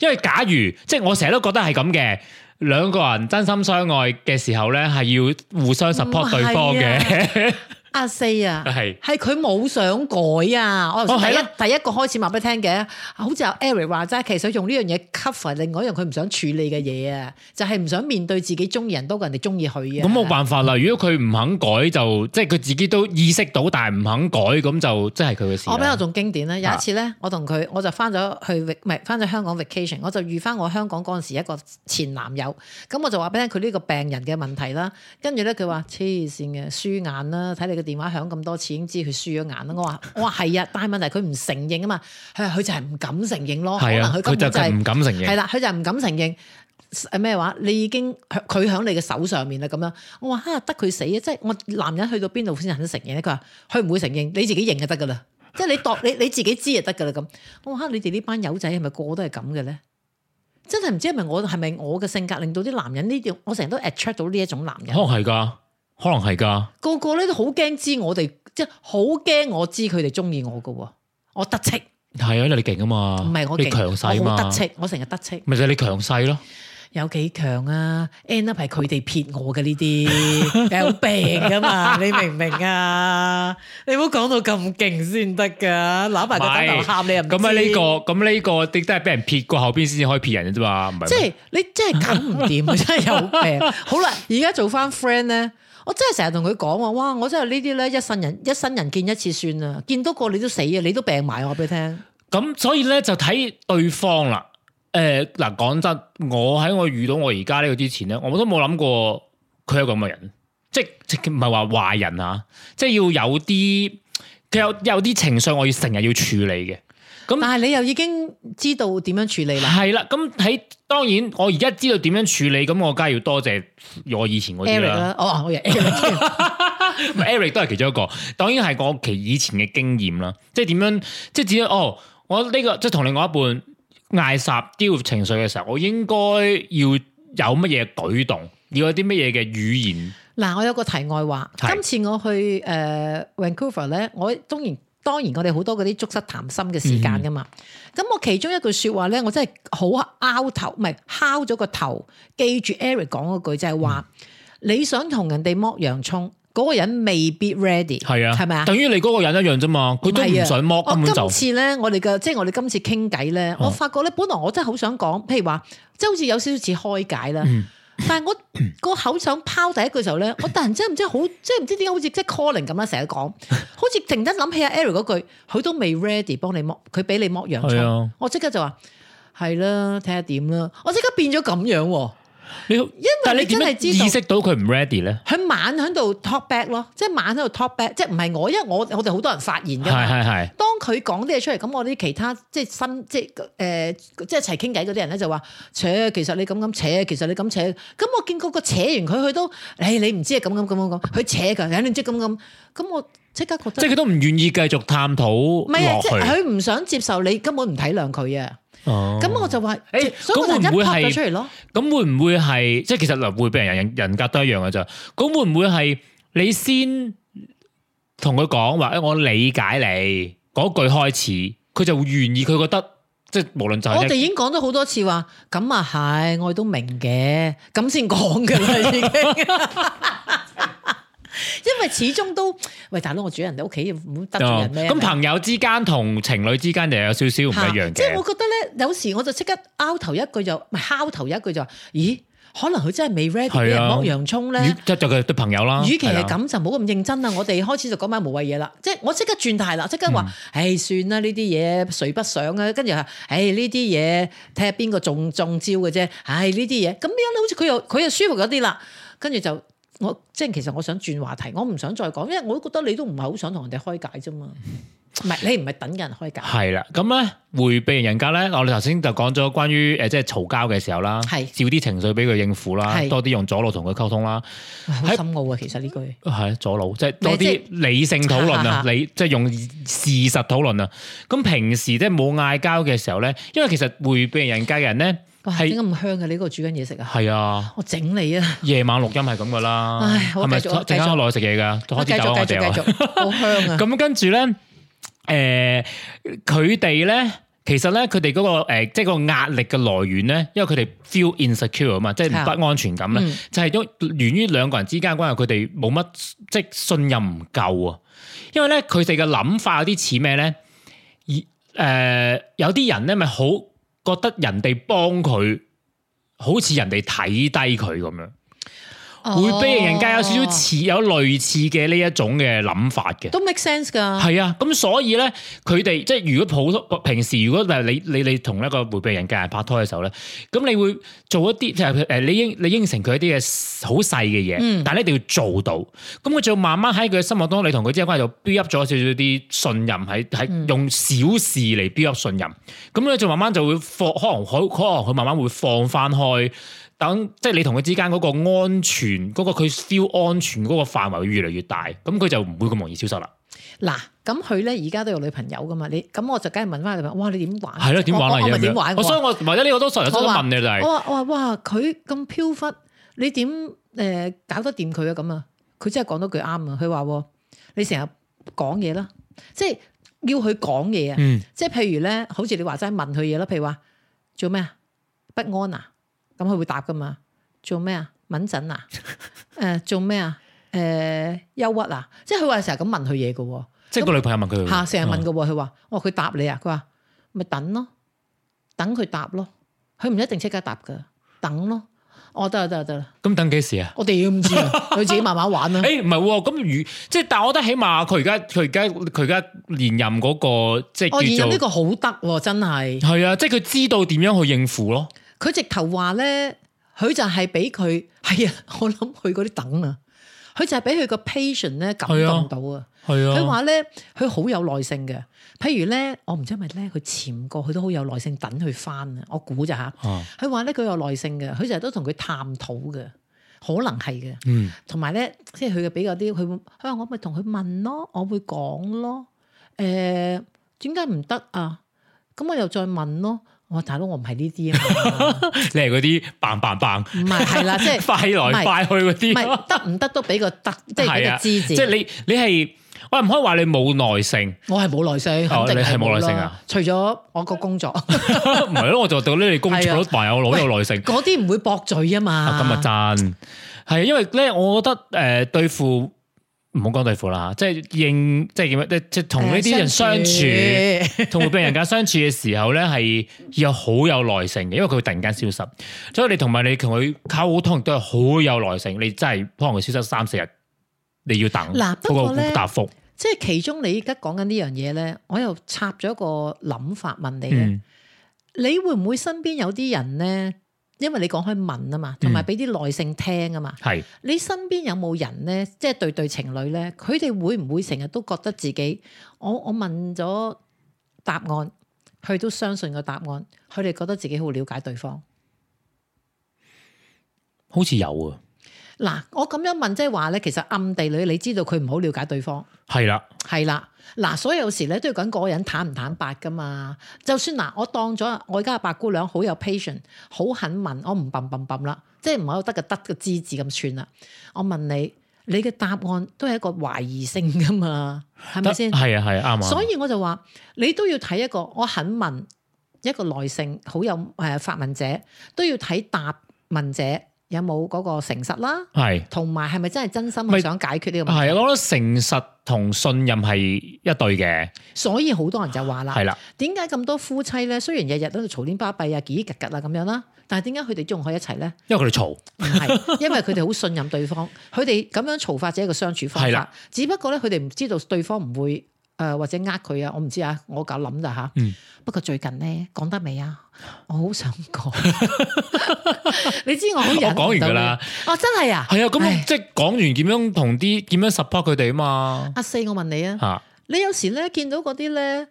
Speaker 3: 因為假如即係我成日都覺得係咁嘅，兩個人真心相愛嘅時候咧，係要互相
Speaker 2: 嗯
Speaker 3: support 對方嘅。
Speaker 2: 阿四啊，
Speaker 3: 係
Speaker 2: 係佢冇想改啊！我頭先
Speaker 3: 哦係
Speaker 2: 第一第一個開始話俾你聽嘅，好似阿 Eric 話齋，其實用呢樣嘢 cover 另外一樣佢唔想處理嘅嘢啊，就係唔想面對自己中意人多過人哋中意佢啊。
Speaker 3: 咁冇辦法啦，如果佢唔肯改就即係佢自己都意識到，但係唔肯改咁就即係佢嘅事啊
Speaker 2: 我比較
Speaker 3: 啦。
Speaker 2: 仲經典咧，有一次咧，我同佢我就翻咗去 vac- 唔係翻咗香港 vacation，我就遇翻我香港嗰陣時一個前男友，咁我就話俾你聽佢呢個病人嘅問題啦，跟住咧佢話黐線嘅輸眼啦，睇你個電話響咁多次已經知佢輸咗眼啦，我話我話係啊，但係問題佢唔承認啊嘛，佢話佢就係唔敢承認咯，可
Speaker 3: 係
Speaker 2: 能
Speaker 3: 啊，
Speaker 2: 佢根
Speaker 3: 佢就
Speaker 2: 本就係
Speaker 3: 係唔敢承
Speaker 2: 係啊
Speaker 3: 認。
Speaker 2: 啦，佢就係唔敢承認誒咩話，你已經佢喺你嘅手上面啦咁樣。我話嚇得佢死啊！即係我男人去到邊度先肯承認咧？佢話佢唔會承認，你自己認就得噶啦。即係你度你你自己知就得噶啦咁。我話嚇你哋呢班友仔係咪個個都係咁嘅咧？真係唔知係咪我係咪我嘅性格令到啲男人呢啲，我成日都 attract 到呢一種男
Speaker 3: 可
Speaker 2: 人
Speaker 3: 能，係㗎，可能係㗎。
Speaker 2: 個個咧都好驚知我哋，即係好驚我知佢哋中意我噶喎。我得戚，
Speaker 3: 係啊，因為你勁啊嘛，
Speaker 2: 唔係我
Speaker 3: 你
Speaker 2: 勁，
Speaker 3: 強勢
Speaker 2: 我
Speaker 3: 嘛
Speaker 2: 好，得戚，我成日得戚。
Speaker 3: 咪就係你強勢咯。
Speaker 2: 有幾強啊？end up 係佢哋撇我嘅呢啲， 有病噶 嘛？你明唔明啊？你唔好講到咁勁先得噶，揦埋個枕頭喊你又唔知
Speaker 3: 咁啊呢個，咁呢個亦都係俾人撇過後邊先至可以撇人嘅啫嘛，唔係咩。
Speaker 2: 即係你真係搞唔掂 啊！真係有病。好啦，而家做翻 friend 咧，我真係成日同佢講話，哇！我真係呢啲咧一生人一生人見一次算啦，見多個你都死啊，你都病埋我話俾你聽。
Speaker 3: 咁所以咧就睇對方啦。誒嗱，講真，我喺我遇到我而家呢個之前咧，我都冇諗過佢係一個咁嘅人，即係即係唔係話壞人啊，即係要有啲佢有有啲情緒，我要成日要處理嘅。咁
Speaker 2: 但係你又已經知道點樣處理 啦。
Speaker 3: 係啦，咁喺當然我而家知道點樣處理，咁我梗係要多謝我以前嗰啲啊
Speaker 2: Eric
Speaker 3: 啦。
Speaker 2: 啦，哦，我又 Eric 添
Speaker 3: 唔係 Eric 都係其中一個，當然係我其以前嘅經驗啦，即係點樣，即係只要哦，我呢、個即係同另外一半嗌霎 deal with 情緒嘅時候，我應該要有乜嘢舉動，要有啲乜嘢嘅語言
Speaker 2: 嗱，我有個題外話，
Speaker 3: 係
Speaker 2: 今次我去誒、呃 Vancouver 咧，我當然當然我哋好多嗰啲捉室談心嘅時間噶
Speaker 3: 嗯
Speaker 2: 嘛。咁、我其中一句説話咧，我真係好拗頭，唔係敲咗個頭，記住 Eric 講嗰句就係話，
Speaker 3: 嗯
Speaker 2: 你想同人哋剝洋葱，嗰、個人未必 ready，
Speaker 3: 係啊，
Speaker 2: 係咪啊？啊
Speaker 3: 等於你嗰個人一樣啫嘛，佢都唔想剝，根本
Speaker 2: 我
Speaker 3: 就
Speaker 2: 哦今次咧，我哋嘅即係我哋今次傾偈咧，
Speaker 3: 哦
Speaker 2: 我發覺咧，本來我真係好想講，譬如話，即係好似有少少似開解啦。
Speaker 3: 嗯
Speaker 2: 但 係我個口想拋第一句時候咧，我突然之間唔知好，即係唔知點解好似即係 calling 咁啦，成日 講，好似突然間諗起阿 Eric 嗰句，佢都未 ready 幫你剝，佢俾你剝洋
Speaker 3: 係
Speaker 2: 葱，
Speaker 3: 啊，
Speaker 2: 我即刻就話係啦，睇下點啦，我即刻變咗咁樣喎。
Speaker 3: 你但係你
Speaker 2: 你真
Speaker 3: 點
Speaker 2: 係知
Speaker 3: 樣
Speaker 2: 道
Speaker 3: 意識到佢唔 ready 咧？
Speaker 2: 佢晚喺度 talk back 咯，即係晚喺度 talk back，即係唔係我，因為我我哋好多人發言㗎
Speaker 3: 係
Speaker 2: 嘛。
Speaker 3: 係係，
Speaker 2: 當佢講啲嘢出嚟，咁我啲其他即係新即係誒、呃即係一齊傾偈嗰啲人咧就話：扯，其實你咁咁扯，其實你咁扯。咁我見嗰個扯完佢，佢都誒、唉你唔知係咁咁咁咁咁，佢扯㗎，唉你唔知咁咁。咁我即刻覺
Speaker 3: 即
Speaker 2: 得
Speaker 3: 係佢都唔願意繼續探討
Speaker 2: 唔係啊，
Speaker 3: 落
Speaker 2: 即係
Speaker 3: 去。
Speaker 2: 佢唔想接受你，根本唔體諒佢啊。
Speaker 3: 哦
Speaker 2: 咁我就話，
Speaker 3: 誒
Speaker 2: 所以我突然間
Speaker 3: 咁會唔會
Speaker 2: 拍咗
Speaker 3: 係
Speaker 2: 出嚟咯。
Speaker 3: 咁會唔會係即係其實嗱，會俾人人人格都一樣嘅咋？咁會唔會係你先同佢講話？誒，我理解你嗰句開始，佢就會願意，佢覺得即係無論就係
Speaker 2: 我哋已經講咗好多次話，咁啊係，我哋都明嘅，咁先講㗎啦 已經。 因為始終都喂大佬，我住喺人哋屋企，唔好得罪
Speaker 3: 哦
Speaker 2: 人咩？啊
Speaker 3: 咁朋友之間同情侶之間就有少少唔
Speaker 2: 嚇
Speaker 3: 一樣
Speaker 2: 即係我
Speaker 3: 嘅。
Speaker 2: 覺得咧，有時我就即刻拗頭一句就，唔係敲頭一句就話，咦？可能佢真係未 ready 俾人
Speaker 3: 係啊
Speaker 2: 剝洋葱
Speaker 3: 與
Speaker 2: 咧。
Speaker 3: 即係就佢對朋友啦。
Speaker 2: 與其
Speaker 3: 啊係
Speaker 2: 係
Speaker 3: 啦，
Speaker 2: 咁，就唔好咁認真啦。我哋開始就講埋無謂嘢啦。即係我即刻轉態啦，即刻
Speaker 3: 嗯
Speaker 2: 話：，唉，算啦，呢啲嘢誰不想啊？跟住話：，唉，呢啲嘢睇下邊個中中招嘅啫。唉，呢啲嘢咁樣咧，好似佢又佢又舒服咗啲啦。跟住就我即係其實我想轉話題，我唔想再講，因為我都覺得你都唔係好想同人哋開解啫嘛。唔係你唔係等緊人開解，
Speaker 3: 係啦，咁咧迴避人格咧，我哋頭先就講咗關於誒即係嘈交嘅時候啦，
Speaker 2: 係
Speaker 3: 少啲情緒俾佢應付啦，
Speaker 2: 係
Speaker 3: 多啲用左腦同佢溝通啦。
Speaker 2: 好
Speaker 3: 喺
Speaker 2: 深奧啊！其實呢句。
Speaker 3: 係左腦，即係多
Speaker 2: 即係，
Speaker 3: 啲理性討論 啊理即係用事實討論啊。咁平時即係冇嗌交嘅時候咧，因為其實迴避人格嘅人咧
Speaker 2: 哇！點解
Speaker 3: 係
Speaker 2: 咁香嘅？你嗰個煮緊嘢食啊？
Speaker 3: 係啊，
Speaker 2: 我整你啊！
Speaker 3: 夜晚錄音係咁噶啦，
Speaker 2: 唉好
Speaker 3: 係咪
Speaker 2: 繼續
Speaker 3: 陣間我落去食嘢㗎？開
Speaker 2: 繼
Speaker 3: 始走啊
Speaker 2: 續
Speaker 3: 我
Speaker 2: 繼
Speaker 3: 哋啊
Speaker 2: 續繼續，好香啊！
Speaker 3: 咁跟住咧，誒佢哋咧，其實咧佢哋嗰個、誒即係個壓力嘅來源咧，因為佢哋 feel insecure 啊嘛，即係
Speaker 2: 係啊
Speaker 3: 不安全感咧，
Speaker 2: 嗯
Speaker 3: 就係因源於兩個人之間嘅關係，佢哋冇乜即係信任唔夠啊。因為咧佢哋嘅諗法有啲似咩咧？以誒、有啲人咧咪好覺得人哋幫佢，好似人哋睇低佢咁樣，會俾人家有少少
Speaker 2: 哦
Speaker 3: 似有類似嘅呢一種嘅諗法嘅。
Speaker 2: 都 make sense 㗎。
Speaker 3: 係啊，咁所以咧，佢哋即係如果普通平時，如果誒你你你同一個迴避人嘅人拍拖嘅時候咧，咁你會做一啲就係誒你應你應承佢一啲嘅好細嘅嘢，
Speaker 2: 嗯
Speaker 3: 但係你一定要做到。咁佢就慢慢喺佢嘅心目當中，你同佢之間關係就 build up 咗少少啲信任，喺喺用小事嚟 build up 信任。咁咧就慢慢就會放，可能可可能佢慢慢會放翻開。等即係你同佢之間嗰個安全，嗰、個佢 feel 安全嗰個範圍會越嚟越大，咁佢就唔會咁容易消失啦。
Speaker 2: 嗱，咁佢咧而家都有女朋友㗎嘛？你咁我就梗係問翻佢話：哇，你點玩？
Speaker 3: 係咯，點玩啊？
Speaker 2: 我我我咪
Speaker 3: 而家咁樣
Speaker 2: 點玩
Speaker 3: 我
Speaker 2: 過
Speaker 3: 所以
Speaker 2: 啊？
Speaker 3: 我或者呢個都常常都
Speaker 2: 我話
Speaker 3: 問你就係
Speaker 2: 我話我話哇，佢咁飄忽，你點誒搞得掂佢啊？咁啊，佢真係講到句啱啊！佢話喎你成日講嘢啦，即係要佢講嘢啊！
Speaker 3: 嗯
Speaker 2: 即係譬如咧，好似你話齋問佢嘢啦，譬如話做咩啊？不安啊？咁佢會答噶嘛？做咩啊？敏陣啊？誒、做咩啊？誒、憂鬱啊？即係佢話成日咁問佢嘢嘅喎。
Speaker 3: 即係個女朋友問佢嗯
Speaker 2: 嚇，成日問嘅喎，佢話：哦，佢答你啊？佢話咪等咯，等佢答咯，佢唔一定即刻答噶，等咯。哦，得啦得啦得啦，
Speaker 3: 咁等幾時啊？
Speaker 2: 我哋要唔知啊，佢自己慢慢玩啦。
Speaker 3: 誒唔係喎，咁如即係，但係我覺得起碼佢而家佢而家佢而家連任嗰、個即
Speaker 2: 哦，現任
Speaker 3: 係叫
Speaker 2: 呢
Speaker 3: 做
Speaker 2: 個好得喎，真係。
Speaker 3: 係啊，即係佢知道點樣去應付咯。
Speaker 2: 佢直頭話咧，佢就係俾佢係啊，我諗佢嗰啲等啊，佢就係俾佢個 patient 咧感動到啊。
Speaker 3: 係啊，
Speaker 2: 佢話咧，佢好有耐性嘅。譬如咧，我唔知係咪咧，佢潛過，佢都好有耐性等佢翻啊。我估咋吓。
Speaker 3: 啊
Speaker 2: 佢話咧佢有耐性嘅，佢成日都同佢探討嘅，可能係嘅。
Speaker 3: 嗯
Speaker 2: 同埋咧，即係佢嘅比較啲，佢會佢話我咪同佢問咯，我會講咯。誒點解唔得啊？咁我又再問咯。我話大佬，我唔係呢啲啊嘛，
Speaker 3: 你係嗰啲棒棒棒
Speaker 2: 唔係係嗯啊啦，即係
Speaker 3: 快
Speaker 2: 唔係
Speaker 3: 來快去
Speaker 2: 唔
Speaker 3: 嗰啲咯，
Speaker 2: 係得唔得都俾個得，即係俾
Speaker 3: 係
Speaker 2: 個
Speaker 3: 啊，
Speaker 2: 知字。
Speaker 3: 即係你你係我又唔可以話你冇耐性，
Speaker 2: 我係冇耐性，
Speaker 3: 哦
Speaker 2: 肯定
Speaker 3: 你係
Speaker 2: 係
Speaker 3: 冇
Speaker 2: 冇
Speaker 3: 耐性
Speaker 2: 啦
Speaker 3: 啊
Speaker 2: 除咗我個工作，
Speaker 3: 唔係咯，我就到呢你工
Speaker 2: 啊
Speaker 3: 作都埋 我好有耐性。
Speaker 2: 嗰啲唔會駁嘴啊嘛。
Speaker 3: 今日真係因為咧，我覺得誒、呃、對付唔好講對付啦，即係應即係點樣，即係同呢啲人相處，
Speaker 2: 啊處，
Speaker 3: 同會病人家相處嘅時候咧，係要好有耐性嘅，因為佢會突然間消失，所以你同埋你同佢溝通都係好有耐性，你真係可能佢消失三四日，你要等
Speaker 2: 嗱不過
Speaker 3: 嗰
Speaker 2: 呢
Speaker 3: 個答覆。
Speaker 2: 即係其中你而家講緊呢樣嘢咧，我又插咗一個諗法問你嘅，
Speaker 3: 嗯
Speaker 2: 你會唔會身邊有啲人咧？因為你講開問啊嘛，同埋俾啲耐性聽啊嘛。
Speaker 3: 係
Speaker 2: 你身邊有冇人咧，即係對對情侶咧，佢哋會唔會成日都覺得自己，我我問咗答案，佢都相信個答案，佢哋覺得自己好了解對方。
Speaker 3: 好似有啊，
Speaker 2: 嗱，我咁樣問即係話咧，其實暗地裏你知道佢唔好了解對方，
Speaker 3: 係啦，
Speaker 2: 係啦。嗱，所以有時咧都要講嗰個人坦唔坦白噶嘛。就算嗱，我當咗我而家嘅白姑娘好有 patient，好肯問，我唔笨笨笨啦，即係唔係有得個得個知字咁算啦。我問你，你嘅答案都係一個懷疑性噶 嘛，係咪先
Speaker 3: 得？係啊係啊啱啊，
Speaker 2: 所以我就話，你都要睇一個我肯問一個耐性好有誒、呃發問者，都要睇答問者有冇嗰個誠實啦。
Speaker 3: 係。
Speaker 2: 同埋係咪真係真心
Speaker 3: 咪
Speaker 2: 係想解決呢個問題？
Speaker 3: 係，啊我覺得誠實同信任係一對嘅，
Speaker 2: 所以好多人就話啦，
Speaker 3: 係啦，
Speaker 2: 點解咁多夫妻咧？雖然日日都喺度嘈天巴閉啊、叽叽格格啦咁樣啦，但係點解佢哋仲可以一齊咧？
Speaker 3: 因為佢哋嘈，
Speaker 2: 唔係， 因為佢哋好信任對方，佢哋咁樣嘈法只係一個相處方
Speaker 3: 係
Speaker 2: 法
Speaker 3: 啦。
Speaker 2: 只不過咧，佢哋唔知道對方唔會誒、呃或者呃佢啊，我唔知啊，我搞諗咋吓。
Speaker 3: 嗯
Speaker 2: 不過最近咧講得未啊？我好想講， 你知我好忍唔到
Speaker 3: 我講完㗎
Speaker 2: 你
Speaker 3: 啦。
Speaker 2: 哦，真係啊，
Speaker 3: 係啊，咁
Speaker 2: 唉
Speaker 3: 即係講完點樣同啲點樣 support 佢哋啊嘛，
Speaker 2: 阿四，我問你啊。
Speaker 3: 吓
Speaker 2: 你有時咧見到嗰啲咧，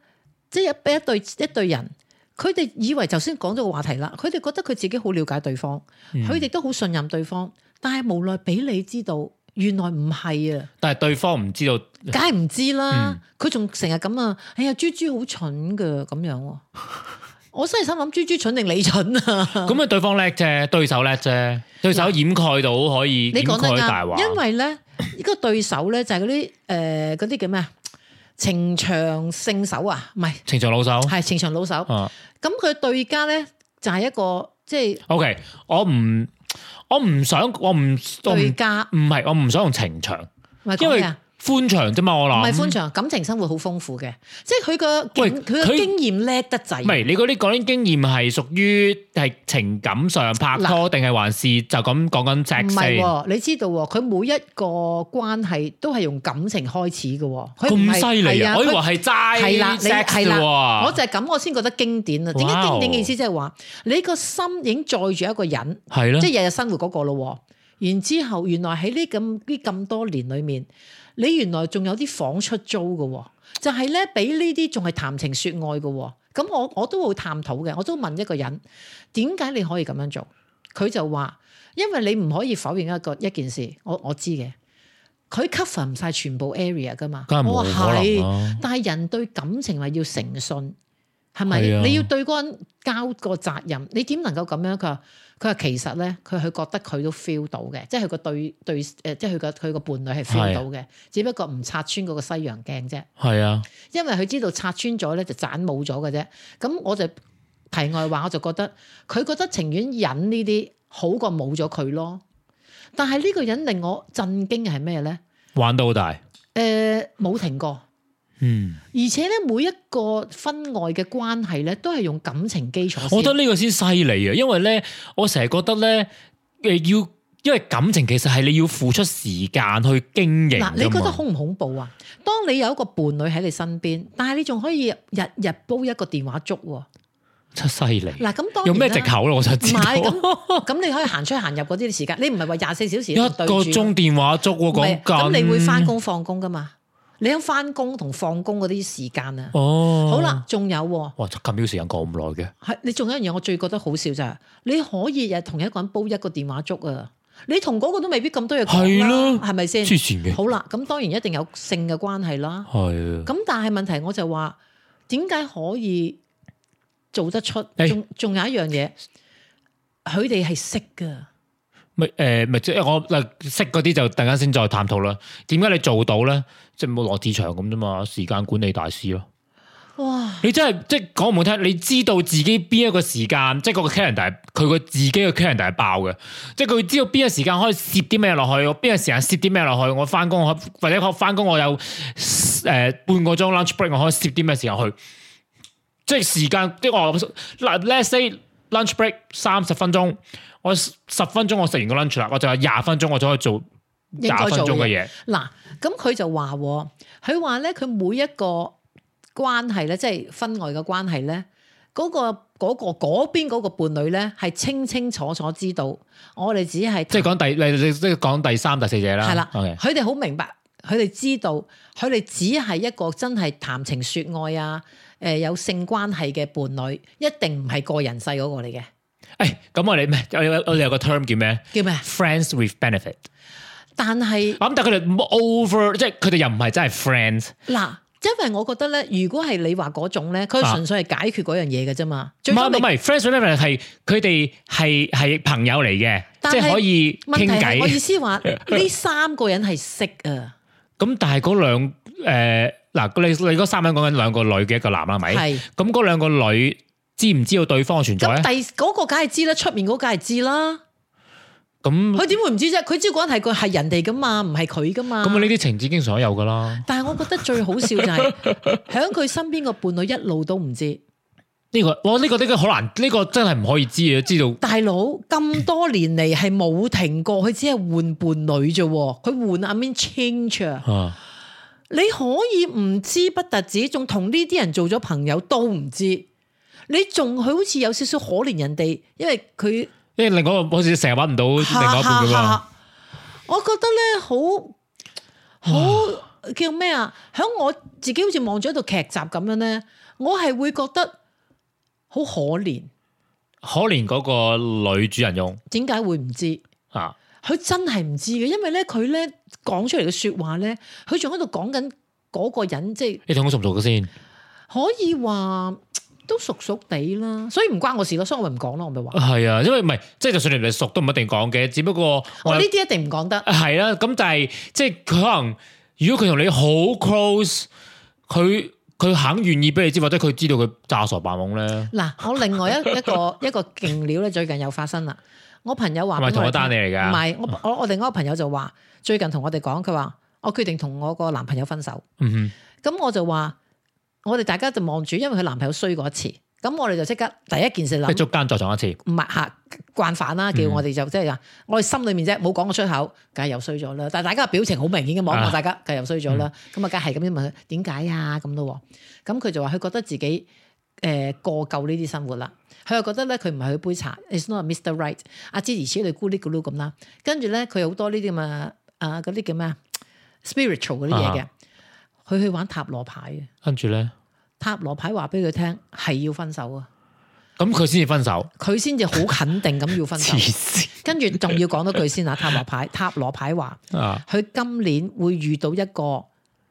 Speaker 2: 即係一一對一對人，佢哋以為就先講咗個話題啦，佢哋覺得佢自己好了解對方，
Speaker 3: 嗯
Speaker 2: 佢哋都好信任對方，但係無奈俾你知道，原來唔係啊，
Speaker 3: 但係對方唔知道，
Speaker 2: 梗係唔知
Speaker 3: 嗯
Speaker 2: 啦。佢仲成日咁啊，哎呀，豬豬好蠢噶咁樣 喎。我真係心諗豬豬蠢定你蠢 啊！
Speaker 3: 咁啊對方叻啫，對手叻啫，對手掩蓋到可以
Speaker 2: 你
Speaker 3: 掩
Speaker 2: 講得
Speaker 3: 蓋大話
Speaker 2: 啱，，因為咧呢個對手咧就係嗰啲誒嗰啲叫咩啊？情場聖手啊，唔係
Speaker 3: 情場老手
Speaker 2: 係情場老手。
Speaker 3: 啊。
Speaker 2: 咁佢對家咧就係、一個即係
Speaker 3: OK，我唔我唔想我唔我唔
Speaker 2: 對家，
Speaker 3: 唔係我唔想用情場，
Speaker 2: 唔係
Speaker 3: 因
Speaker 2: 講
Speaker 3: 為
Speaker 2: 咩啊？
Speaker 3: 寬場啫嘛，我
Speaker 2: 唔係
Speaker 3: 諗
Speaker 2: 寬長，感情生活好豐富嘅，即係佢個
Speaker 3: 喂
Speaker 2: 經佢嘅
Speaker 3: 佢
Speaker 2: 經驗叻得
Speaker 3: 唔
Speaker 2: 滯。
Speaker 3: 係你嗰啲講緊經驗係屬於係情感上拍拖定係還是就咁講緊
Speaker 2: 唔
Speaker 3: sex
Speaker 2: 係
Speaker 3: 先
Speaker 2: 喎，你知道喎，佢每一個關係都係用感情開始嘅喎，佢唔
Speaker 3: 咁
Speaker 2: 係
Speaker 3: 犀利
Speaker 2: 係
Speaker 3: 啊！我以為
Speaker 2: 佢
Speaker 3: 係齋
Speaker 2: 係啦，你
Speaker 3: sex
Speaker 2: 係
Speaker 3: 啫
Speaker 2: 啦，
Speaker 3: 喎
Speaker 2: 我就係咁，我先覺得經典啊！點解經典嘅意思即係話，你個心已經載住一個人，
Speaker 3: 係啦
Speaker 2: 即，係日日生活嗰個咯喎。然之後，原來喺呢咁呢咁多年裏面，你原來仲有啲房出租嘅喎，就係咧俾呢啲仲係談情説愛嘅喎。咁我我都會探討嘅，我都問一個人點解你可以咁樣做？佢就話：因為你唔可以否認一個一件事，我我知嘅。佢 cover 唔晒全部 area 噶嘛，
Speaker 3: 梗係冇
Speaker 2: 我話
Speaker 3: 可能
Speaker 2: 係
Speaker 3: 啦
Speaker 2: 但係人對感情係要誠信，係咪？
Speaker 3: 係啊
Speaker 2: 你要對嗰個人交個責任，你點能夠咁樣？佢話佢話其實咧，佢佢覺得佢都 feel 到嘅，即係佢個對對誒，即係佢個佢個伴侶係 feel
Speaker 3: 係
Speaker 2: 到嘅，只不過唔拆穿嗰個西洋鏡啫，
Speaker 3: 係啊，
Speaker 2: 因為佢知道拆穿咗咧就盞冇咗嘅啫。咁我就題外話，我就覺得佢覺得情願忍呢啲好過冇咗佢咯。但係呢個人令我震驚嘅係咩咧？
Speaker 3: 玩到好大，
Speaker 2: 誒、冇停過。
Speaker 3: 嗯，
Speaker 2: 而且咧，每一個婚外嘅關係咧，都係用感情基礎先。
Speaker 3: 我覺得呢個先犀利啊，因為咧，我成日覺得咧，誒要，因為感情其實係你要付出時間去經營㗎嘛
Speaker 2: 嗱，你覺得恐唔恐怖啊？當你有一個伴侶喺你身邊，但係你仲可以日日煲一個電話粥喎。
Speaker 3: 真係犀利，
Speaker 2: 嗱，咁當然啦
Speaker 3: 有咩藉？口啊咯？我想
Speaker 2: 唔
Speaker 3: 知道，
Speaker 2: 係咁，咁你可以行出行入嗰啲時間，你唔係話廿四小時
Speaker 3: 一
Speaker 2: 一定對
Speaker 3: 個
Speaker 2: 住
Speaker 3: 鐘電話粥喎，
Speaker 2: 唔係
Speaker 3: 講緊，
Speaker 2: 咁你會翻工放工噶嘛？你喺翻工同放工嗰啲時間啊。
Speaker 3: 哦，
Speaker 2: 好，啦，仲有喎。
Speaker 3: 哇，咁少時間過咁耐嘅，
Speaker 2: 係你仲有一樣嘢，我最覺得好笑就係你可以日日同一個人煲一個電話粥啊！你同嗰個都未必咁多嘢講
Speaker 3: 係
Speaker 2: 啦
Speaker 3: 咯，
Speaker 2: 係咪先
Speaker 3: 黐？線嘅，
Speaker 2: 好啦，咁當然一定有性嘅關係啦。
Speaker 3: 係啊，
Speaker 2: 咁但係問題我就話點解可以做得出？
Speaker 3: 誒
Speaker 2: 仲仲有一樣嘢，佢哋係識噶，
Speaker 3: 咪誒咪即係我嗱識嗰啲就突然間先再探討啦。點解你做到咧？即係冇羅志祥咁啫嘛，時間管理大師咯。
Speaker 2: 哇！
Speaker 3: 你真係即係講唔好聽，你知道自己邊一個時間，即係個 calendar，係佢個自己嘅 calendar 係爆嘅，即係佢知道邊個時間可以攝啲咩落去，我邊個時間攝啲咩落去，我翻工我或者我翻工我有誒、呃半個鐘 lunch break，我可以攝啲咩時間去，即係時間即係我嗱，let's say lunch break 三十分鐘，我十分鐘我食完個 lunch 啦，我就有廿分鐘我就可以做
Speaker 2: 應
Speaker 3: 廿
Speaker 2: 該
Speaker 3: 分
Speaker 2: 做
Speaker 3: 鐘嘅
Speaker 2: 嘅
Speaker 3: 嘢，
Speaker 2: 嗱，咁佢就話喎，佢話咧，佢每一個關係咧，即係婚外嘅關係咧，嗰、個嗰、個嗰邊嗰個伴侶咧，係清清楚楚知道，我哋只係
Speaker 3: 即
Speaker 2: 係
Speaker 3: 係講第你你即係講第三第四者啦，
Speaker 2: 啦，
Speaker 3: OK
Speaker 2: 佢哋好明白，佢哋知道，佢哋只係一個真係談情說愛啊，誒、有性關係嘅伴侶，一定唔係過人世嗰個嚟嘅，
Speaker 3: 誒咁我哋咩？我哋我哋有個 term 叫咩？
Speaker 2: 叫咩？啊
Speaker 3: friends with benefit。
Speaker 2: 但係。
Speaker 3: 咁但係佢哋唔 over，即係佢哋又唔係真係 friends。
Speaker 2: 嗱，因為我覺得咧，如果係你話嗰種咧，佢
Speaker 3: 啊
Speaker 2: 純粹係解決嗰樣嘢嘅啫嘛。
Speaker 3: 唔
Speaker 2: 最
Speaker 3: 係
Speaker 2: 多
Speaker 3: 唔
Speaker 2: 咪
Speaker 3: 係唔係 friends with benefit 係佢哋係係朋友嚟嘅，
Speaker 2: 但
Speaker 3: 即係
Speaker 2: 係
Speaker 3: 可以
Speaker 2: 問題
Speaker 3: 傾
Speaker 2: 係我意
Speaker 3: 偈。
Speaker 2: 思話 呢三個人係識啊，
Speaker 3: 咁但係嗰兩誒嗱，你你嗰三個人講緊兩個女嘅一個男啦，係咪？
Speaker 2: 係
Speaker 3: 咁嗰兩個女知唔知道對方嘅存在
Speaker 2: 咁
Speaker 3: 咧？
Speaker 2: 第嗰個梗係知啦，出面嗰個梗係知啦。
Speaker 3: 咁
Speaker 2: 佢點會唔知啫？佢知嗰個人係個係人哋噶嘛，唔係佢噶嘛。
Speaker 3: 咁呢啲情節經常都有噶啦。
Speaker 2: 但係我覺得最好笑就係 喺佢身邊個伴侶一路都唔知。
Speaker 3: 呢個我呢個呢個好難，呢個真係唔可以知嘅，知道
Speaker 2: 大佬咁多年嚟係冇停過，佢只係換伴侶啫喎，佢換阿 mean change 啊。
Speaker 3: 啊。
Speaker 2: 你可以唔知不特止，仲同呢啲人做咗朋友都唔知，你仲佢好似有少少可憐人哋，因為佢
Speaker 3: 因為另外一個好似成日揾唔到另外一半咁啊樣。
Speaker 2: 下，我覺得咧好好叫咩啊？響我自己好似望咗一套劇集咁樣咧，我係會覺得好可憐。
Speaker 3: 可憐嗰個女主人翁
Speaker 2: 點解會唔知？
Speaker 3: 啊，
Speaker 2: 佢真係唔知嘅，因為咧佢咧講出嚟嘅説話咧，佢仲喺度講緊嗰個人，即係
Speaker 3: 你同我熟唔熟嘅先？
Speaker 2: 可以話都熟熟地啦，所以唔關我事咯，所以我咪唔講咯，我咪話
Speaker 3: 係啊，因為唔係即係就算你唔係熟都唔一定講嘅，只不過
Speaker 2: 我
Speaker 3: 我
Speaker 2: 呢啲一定唔講得，
Speaker 3: 係啦，咁但係即係佢可能如果佢同你好 close，佢佢肯願意俾你知，或者佢知道佢詐傻扮懵咧，
Speaker 2: 嗱，我另外一 一個一個勁料咧，最近又發生啦。我朋友話
Speaker 3: 係咪
Speaker 2: 俾
Speaker 3: 同
Speaker 2: 我
Speaker 3: 一單
Speaker 2: 聽
Speaker 3: 嘢嚟
Speaker 2: 唔
Speaker 3: 㗎？
Speaker 2: 係我我我另外一個朋友就話，最近同我哋講，佢話我決定同我個男朋友分手。
Speaker 3: 嗯
Speaker 2: 咁我就話，我哋大家就望住，因為佢男朋友衰過一次，咁我哋就即刻第一件事諗，
Speaker 3: 哼，即係捉奸再撞一次，
Speaker 2: 唔係嚇慣犯啦，叫
Speaker 3: 嗯
Speaker 2: 我哋就即係話，我哋心裏面啫，冇講過出口，梗係又衰咗啦。但係大家嘅表情好明顯嘅望一
Speaker 3: 啊嗯
Speaker 2: 望大家，梗係又衰咗啦。咁啊，梗係咁樣問佢點解啊咁咯喎。咁佢就話佢覺得自己誒、呃、過夠呢啲生活啦。佢又覺得咧，佢唔係佢杯茶，it's not a Mr. Right。阿支持此類咕哩咕嚕咁啦。跟住咧，佢有好多呢啲咁嘅啊嗰啲叫咩啊 spiritual 嗰啲嘢嘅
Speaker 3: 啊，
Speaker 2: 佢去玩塔羅牌嘅。
Speaker 3: 跟住咧，
Speaker 2: 塔羅牌話俾佢聽係要分手啊，
Speaker 3: 咁佢先至分手，
Speaker 2: 佢先至好肯定咁要分手
Speaker 3: 黐。線
Speaker 2: 跟住仲要講多句先啊！塔羅牌， 塔羅牌話
Speaker 3: 啊！
Speaker 2: 佢今年會遇到一個，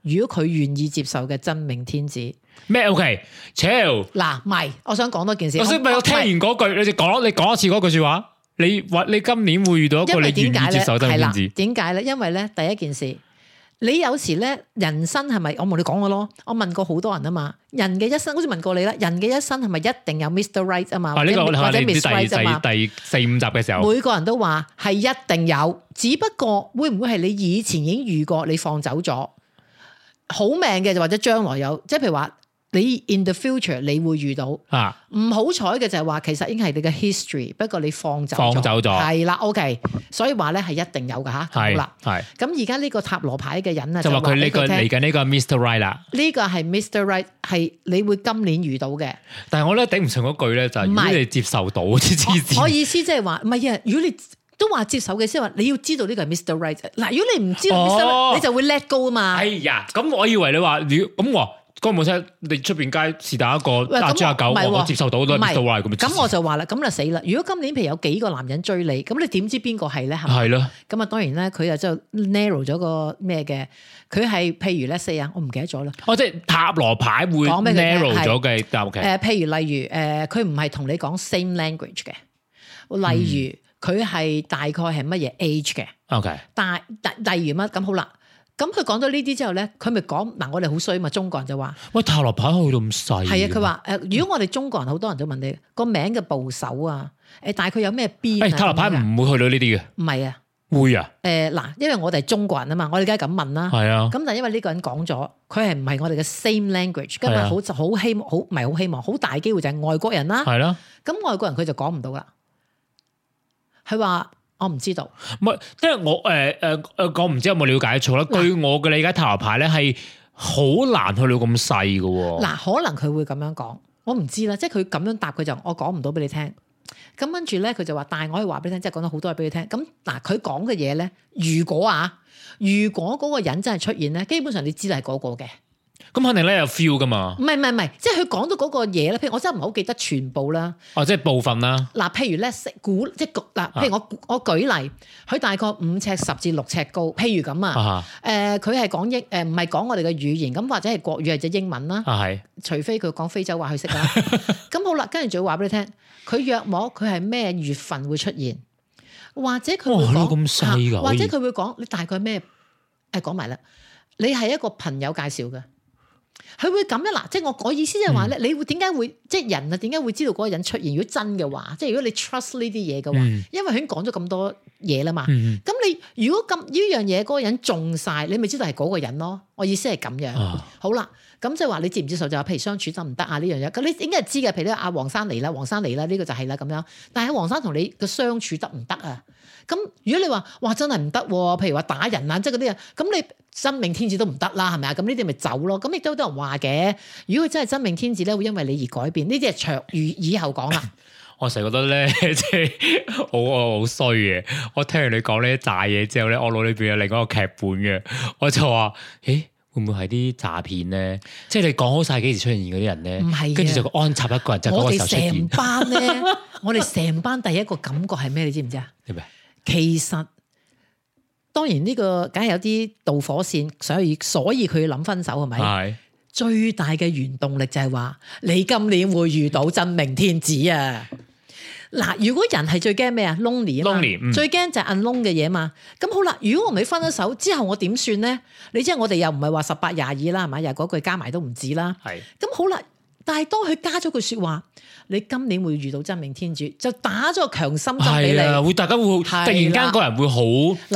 Speaker 2: 如果佢願意接受嘅真命天子。
Speaker 3: 咩？OK，超，我
Speaker 2: 嗱，唔係，我想講多件事。
Speaker 3: 先咪我聽完
Speaker 2: 唔係
Speaker 3: 嗰句，你就講，你講一次嗰句説話，你話你今年會遇到一個
Speaker 2: 因
Speaker 3: 你
Speaker 2: 為點
Speaker 3: 願
Speaker 2: 解
Speaker 3: 意接
Speaker 2: 咧？
Speaker 3: 受得
Speaker 2: 係
Speaker 3: 嘅
Speaker 2: 啦
Speaker 3: 天子，，
Speaker 2: 點解咧？因為咧，第一件事，你有時咧，人生係咪？我同你講過咯，我問過好多人啊嘛。人嘅一生，好似問過你啦，人嘅一生係咪一定有 Mr. Right 啊嘛？
Speaker 3: 啊！呢個
Speaker 2: 或
Speaker 3: 我
Speaker 2: 者或者
Speaker 3: 哋唔知
Speaker 2: Miss Right 啊嘛？
Speaker 3: 第第第四五集嘅時候。
Speaker 2: 每個人都話係一定有，只不過會唔會係你以前已經遇過，你放走咗好命嘅，就或者將來有，即係譬如話你 in the future 你會遇到唔
Speaker 3: 啊，
Speaker 2: 好彩嘅就係話其實已經係你嘅 history，不過你放走
Speaker 3: 放走咗
Speaker 2: 係啦，OK，所以話咧係一定有㗎吓，好
Speaker 3: 係
Speaker 2: 啦。
Speaker 3: 係
Speaker 2: 咁而家呢個塔羅牌嘅人啊，
Speaker 3: 就話佢呢個
Speaker 2: 個
Speaker 3: 嚟緊呢個 Mr. Right 啦，
Speaker 2: 呢個係 Mr. Right 係你會今年遇到嘅。
Speaker 3: 但係我咧頂唔順嗰句咧就係如
Speaker 2: 唔
Speaker 3: 果
Speaker 2: 係
Speaker 3: 你接受到黐黐
Speaker 2: 我
Speaker 3: 線，
Speaker 2: 意思即係話，唔係啊！如果你都話接手嘅，先話你要知道呢個係 Mr. Right。嗱，如果你唔知道 Mr. Right，、
Speaker 3: 哦
Speaker 2: 你就會 let go 啊嘛。
Speaker 3: 哎呀，咁我以為你話如咁我嗰冇車，你出邊街是但一個
Speaker 2: 喂咁
Speaker 3: 阿
Speaker 2: 我
Speaker 3: 豬阿狗，
Speaker 2: 唔係喎
Speaker 3: 我我接受到都係
Speaker 2: 唔係
Speaker 3: Mr. Right 咁，
Speaker 2: 咁我就話啦，咁就死啦！如果今年譬如有幾個男人追你，咁你點知邊個係咧？係咪？
Speaker 3: 係咯，
Speaker 2: 咁啊，當然咧，佢又就 narrow 咗個咩嘅，佢係譬如咧四啊，我唔記得咗啦。
Speaker 3: 我即係塔羅牌會
Speaker 2: 講俾佢聽
Speaker 3: narrow
Speaker 2: 係
Speaker 3: 咗嘅，但 OK，嗯
Speaker 2: 誒，譬如例如誒，佢唔係同你講 same language 嘅，例佢係大概係乜嘢 age 嘅，
Speaker 3: OK，
Speaker 2: 但係例例如乜咁好啦，咁佢講到呢啲之後咧，佢咪講嗱，我哋好衰嘛，中國人就話
Speaker 3: 喂，塔羅牌去到咁細，
Speaker 2: 係啊，佢話
Speaker 3: 嗯
Speaker 2: 誒，如果我哋中國人好多人都問你個名嘅部首啊，誒，但係佢有咩邊啊？
Speaker 3: 嗯誒塔羅牌
Speaker 2: 咁樣啊
Speaker 3: 唔會去到呢啲
Speaker 2: 唔係啊，
Speaker 3: 嘅，會啊，
Speaker 2: 誒嗱，因為我哋係中國人啊嘛，我哋梗係咁問啦。
Speaker 3: 係啊，
Speaker 2: 咁但係因為呢個人講咗，佢係唔係我哋嘅 same language，今日
Speaker 3: 係啊
Speaker 2: 好就好希望，好唔係好希望，好大機會就係外國人啦。
Speaker 3: 係啦，
Speaker 2: 咁外國人佢就講唔到啦，佢話我唔知道，
Speaker 3: 唔係，即係我誒誒誒，我唔知有冇了解錯啦。
Speaker 2: 嗱
Speaker 3: 據我嘅理解，塔羅牌咧係好難去到咁細嘅喎。
Speaker 2: 嗱可能佢會咁樣講，我唔知啦，即係佢咁樣答佢就我講唔到俾你聽。咁跟住咧佢就話，但係我可以話俾你聽，即係講咗好多嘢俾你聽。咁嗱佢講嘅嘢咧，如果啊，如果嗰個人真係出現咧，基本上你知道係嗰個嘅。
Speaker 3: 咁肯定咧有 feel 噶嘛，
Speaker 2: 唔係唔係唔係，即係佢講到嗰個嘢咧，譬如我真係唔係好記得全部啦。
Speaker 3: 哦，即係部分啦，
Speaker 2: 嗱，譬如咧，食估即係嗱，譬如我我舉例，佢大概五尺十至六尺高，譬如咁啊，
Speaker 3: 啊
Speaker 2: 誒佢係講英誒唔係講我哋嘅語言，咁或者係國語係只英文啦
Speaker 3: 啊，係，
Speaker 2: 除非佢講非洲話佢識 啦。咁好啦，跟住就會話俾你聽，佢約摸佢係咩月份會出現，或者佢會
Speaker 3: 哇
Speaker 2: 講
Speaker 3: 咁細㗎
Speaker 2: 嚇或者
Speaker 3: 可
Speaker 2: 佢會講你大概咩誒講埋啦，你係一個朋友介紹嘅。佢會咁樣嗱，即係我我意思即係話
Speaker 3: 嗯
Speaker 2: 咧，你會點解會即係人啊？點解會知道嗰個人出現？如果真嘅話，即係如果你 trust 呢啲嘢嘅話，
Speaker 3: 嗯
Speaker 2: 因為佢已經講咗咁多嘢啦嘛。
Speaker 3: 嗯
Speaker 2: 咁你如果咁呢樣嘢嗰個人中晒，你咪知道係嗰個人咯。我意思係咁樣。
Speaker 3: 啊
Speaker 2: 好啦，咁即係話你接唔接受就話，譬如相處得唔得啊呢樣嘢？咁你應該係知嘅。譬如呢阿黃生嚟啦，黃生嚟啦，呢、個就係啦咁樣。但係黃生同你嘅相處得唔得啊？咁如果你話哇真係唔得喎，譬如話打人啊，即係嗰啲啊，咁你真命天子都唔得啦，係咪啊？咁呢啲咪走咯。咁亦都有好多人話嘅，如果佢真係真命天子咧，會因為你而改變。呢啲係長語以後講啦。
Speaker 3: 我成日覺得咧， 即係我我好衰嘅。我聽完你講呢一扎嘢之後咧，我腦裏邊有另一個劇本嘅，我就話：，咦，會唔會係啲詐騙咧？即係你講好晒幾時出現嗰啲人咧，
Speaker 2: 唔係啊
Speaker 3: 跟住就安插一個人， 就嗰
Speaker 2: 我
Speaker 3: 個時
Speaker 2: 哋
Speaker 3: 候出現，
Speaker 2: 成班咧， 我哋成班第一個感覺係咩？你知唔知啊？
Speaker 3: 明唔明
Speaker 2: 其實當然呢個梗係有啲導火線，所以所以佢要諗分手係咪？
Speaker 3: 係
Speaker 2: 最大嘅原動力就係話你今年會遇到真命天子啊！嗱，如果人係最驚咩啊？lonely 啊嘛
Speaker 3: Lonely，嗯
Speaker 2: 最驚就係 unlon 嘅嘢嘛。咁好啦，如果我同你分咗手之後，我點算咧？你即係我哋又唔係話十八廿二啦，係咪？又嗰句加埋都唔止啦。
Speaker 3: 係
Speaker 2: 咁好啦，但係當佢加咗句説話，你今年會遇到真命天主，就打咗個強心針俾
Speaker 3: 係啊！
Speaker 2: 你。
Speaker 3: 會大家會好
Speaker 2: 係啦
Speaker 3: 突然間個人會好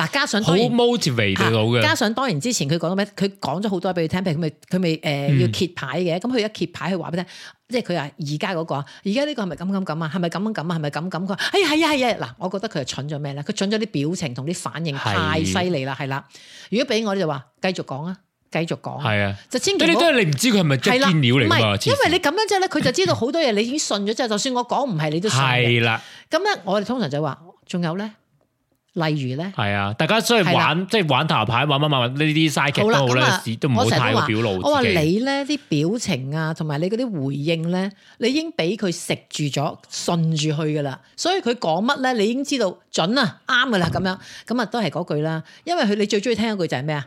Speaker 2: 嗱，加上
Speaker 3: 好
Speaker 2: 當然
Speaker 3: motivate 到嘅，
Speaker 2: 啊加上當然之前佢講到咩？佢講咗好多俾佢聽，譬如佢咪佢咪
Speaker 3: 嗯
Speaker 2: 誒要揭牌嘅，咁佢一揭牌，佢話俾你聽，即係佢話而家嗰個，而家呢個係咪咁咁咁啊？係咪咁咁咁啊？係咪咁咁？佢話：哎呀係啊係啊！嗱，我覺得佢係蠢咗咩咧？佢蠢咗啲表情同啲反應
Speaker 3: 係
Speaker 2: 太犀利啦，係啦。如果俾我，你就話繼續講啊，繼續講啊，
Speaker 3: 係啊！
Speaker 2: 就千
Speaker 3: 即
Speaker 2: 祈唔
Speaker 3: 係你
Speaker 2: 好
Speaker 3: 都係你唔知佢係咪即係
Speaker 2: 係啦，
Speaker 3: 堅料嚟㗎嘛
Speaker 2: 唔
Speaker 3: 黐
Speaker 2: 係
Speaker 3: 線
Speaker 2: 因為你咁樣之後咧，佢就知道好多嘢你已經信咗之後，就算我講唔係，你都信嘅。
Speaker 3: 係啦，
Speaker 2: 咁咧，我哋通常就話，仲有咧，例如咧。
Speaker 3: 係啊，大家所以
Speaker 2: 係啦
Speaker 3: 玩即係玩塔羅牌玩玩玩玩呢啲 side 劇
Speaker 2: 好
Speaker 3: 都
Speaker 2: 啦
Speaker 3: 好
Speaker 2: 咁啊
Speaker 3: 咧，都唔好
Speaker 2: 我成日
Speaker 3: 太
Speaker 2: 都
Speaker 3: 過
Speaker 2: 話
Speaker 3: 表露
Speaker 2: 我話
Speaker 3: 自己。
Speaker 2: 你咧啲表情啊，同埋你嗰啲回應咧，你已經俾佢食住咗，順住去噶啦。所以佢講乜咧，你已經知道準啊，啱
Speaker 3: 嗯
Speaker 2: 噶啦咁樣。咁啊，都係嗰句啦。因為佢你最中意聽嗰句就係咩啊？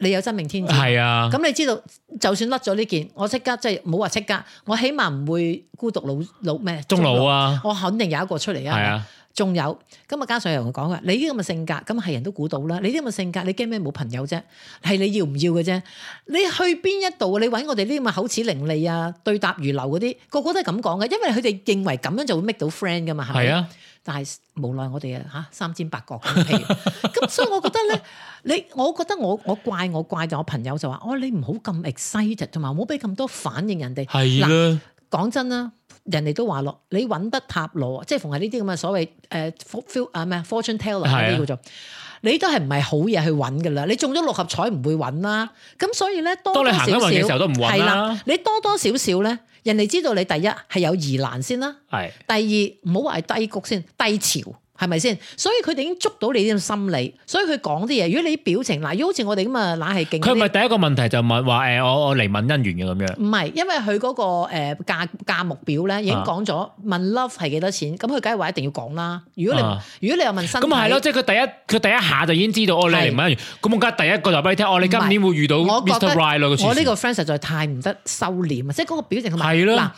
Speaker 2: 你有真命天子。
Speaker 3: 係啊，
Speaker 2: 咁你知道，就算甩咗呢件，我即刻即係唔好話即刻，我起碼唔會孤獨老老咩
Speaker 3: 中老啊，
Speaker 2: 我肯定有一個出嚟
Speaker 3: 係
Speaker 2: 啊！係咪
Speaker 3: 啊，
Speaker 2: 仲有咁啊，加上有人講話，你呢啲咁嘅性格，咁係人都估到啦。你呢啲咁嘅性格，你驚咩冇朋友啫？係你要唔要嘅啫？你去邊一度啊？你揾我哋呢啲咁嘅口齒伶俐啊，對答如流嗰啲，個個都係咁講嘅，因為佢哋認為咁樣就會 make 到 friend 噶嘛，係咪？
Speaker 3: 係啊，
Speaker 2: 但係無奈我哋啊嚇三尖八角咁，譬如咁，所以我覺得咧，你我覺得我我怪我怪就我朋友就話：哦，你唔好咁 excited，同埋唔好俾咁多反應人哋。
Speaker 3: 係
Speaker 2: 嗱
Speaker 3: 啦，
Speaker 2: 講真啦，人哋都話咯，你揾得塔羅，啊即係逢係呢啲咁嘅所謂誒、呃、for- feel 啊咩 fortune teller
Speaker 3: 係啊
Speaker 2: 嗰啲叫做，你都係唔係好嘢去揾㗎啦？你中咗六合彩唔會揾啦，咁所以咧多
Speaker 3: 當
Speaker 2: 多
Speaker 3: 你
Speaker 2: 少
Speaker 3: 行緊運嘅時
Speaker 2: 少
Speaker 3: 候都唔揾
Speaker 2: 係
Speaker 3: 啦
Speaker 2: 啦，，你多多少少咧，人哋知道你第一係有疑難先啦，
Speaker 3: 係
Speaker 2: 第二唔好話係低谷先，低潮。係咪先？所以佢哋已經捉到你呢種心理，所以佢講啲嘢。如果你啲表情嗱，如果好似我哋咁啊，懶係勁嗰啲。
Speaker 3: 佢咪第一個問題就問話誒，我我嚟問姻緣嘅咁樣，
Speaker 2: 唔係，因為佢嗰、個、呃、價價目表咧已
Speaker 3: 啊
Speaker 2: 經講咗、問 love 係幾多錢，咁佢梗係話一定要講啦。如果你、
Speaker 3: 啊
Speaker 2: 如果你又問身
Speaker 3: 咁
Speaker 2: 體，
Speaker 3: 係咯，即係佢第一佢第一下就已經知道哦，你嚟
Speaker 2: 係
Speaker 3: 問姻緣，咁我梗係第一個就俾你聽，哦，你今年會遇到
Speaker 2: 我覺
Speaker 3: Mr. Right 咯，
Speaker 2: 得我呢
Speaker 3: 個
Speaker 2: 個 friend 實在太唔得收斂啊！即係嗰個表情同埋
Speaker 3: 係咯
Speaker 2: 嗱，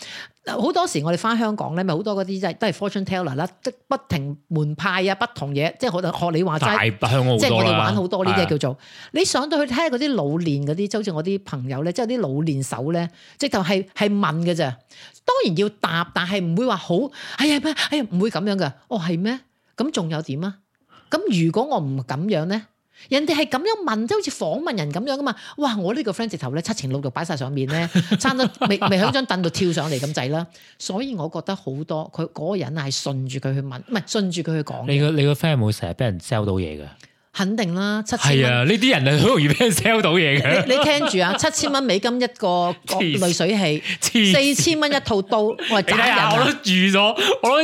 Speaker 2: 嗱好多時我哋翻香港咧，咪好多嗰啲即係都係 fortune teller 啦，即不停門派啊，不同嘢，即係我哋學你話
Speaker 3: 大
Speaker 2: 齋，
Speaker 3: 香港好
Speaker 2: 即係
Speaker 3: 多
Speaker 2: 我哋
Speaker 3: 啦，
Speaker 2: 玩好多呢啲
Speaker 3: 係啊
Speaker 2: 嘢叫做。你上到去睇下嗰啲老練嗰啲，即係好似我啲朋友咧，即係啲老練手咧，直頭係係問嘅咋。當然要答，但係唔會話好，哎呀咩，哎呀唔會咁樣嘅。哦係咩？咁仲有點啊？咁如果我唔咁樣咧？人哋係咁樣問，即係好似訪問人咁樣噶嘛？哇！我呢個 friend 直頭咧七情六欲擺晒上面咧，差得 未未喺張凳度跳上嚟咁滯啦。所以我覺得好多佢嗰個人係順住佢去問，唔係順住佢去講
Speaker 3: 你
Speaker 2: 嘅，
Speaker 3: 個你個 friend 有冇成日俾人 sell 到嘢嘅？
Speaker 2: 肯定啦，七千
Speaker 3: 係
Speaker 2: 蚊。
Speaker 3: 啊，呢啲人係好容易俾人 sell 到 嘢嘅。
Speaker 2: 你你聽住啊，七千蚊美金一個
Speaker 3: 黐線
Speaker 2: 濾水器，
Speaker 3: 黐線
Speaker 2: 四千蚊一套刀，我係
Speaker 3: 你睇
Speaker 2: 斬人
Speaker 3: 下，我都
Speaker 2: 啊！
Speaker 3: 預咗，我都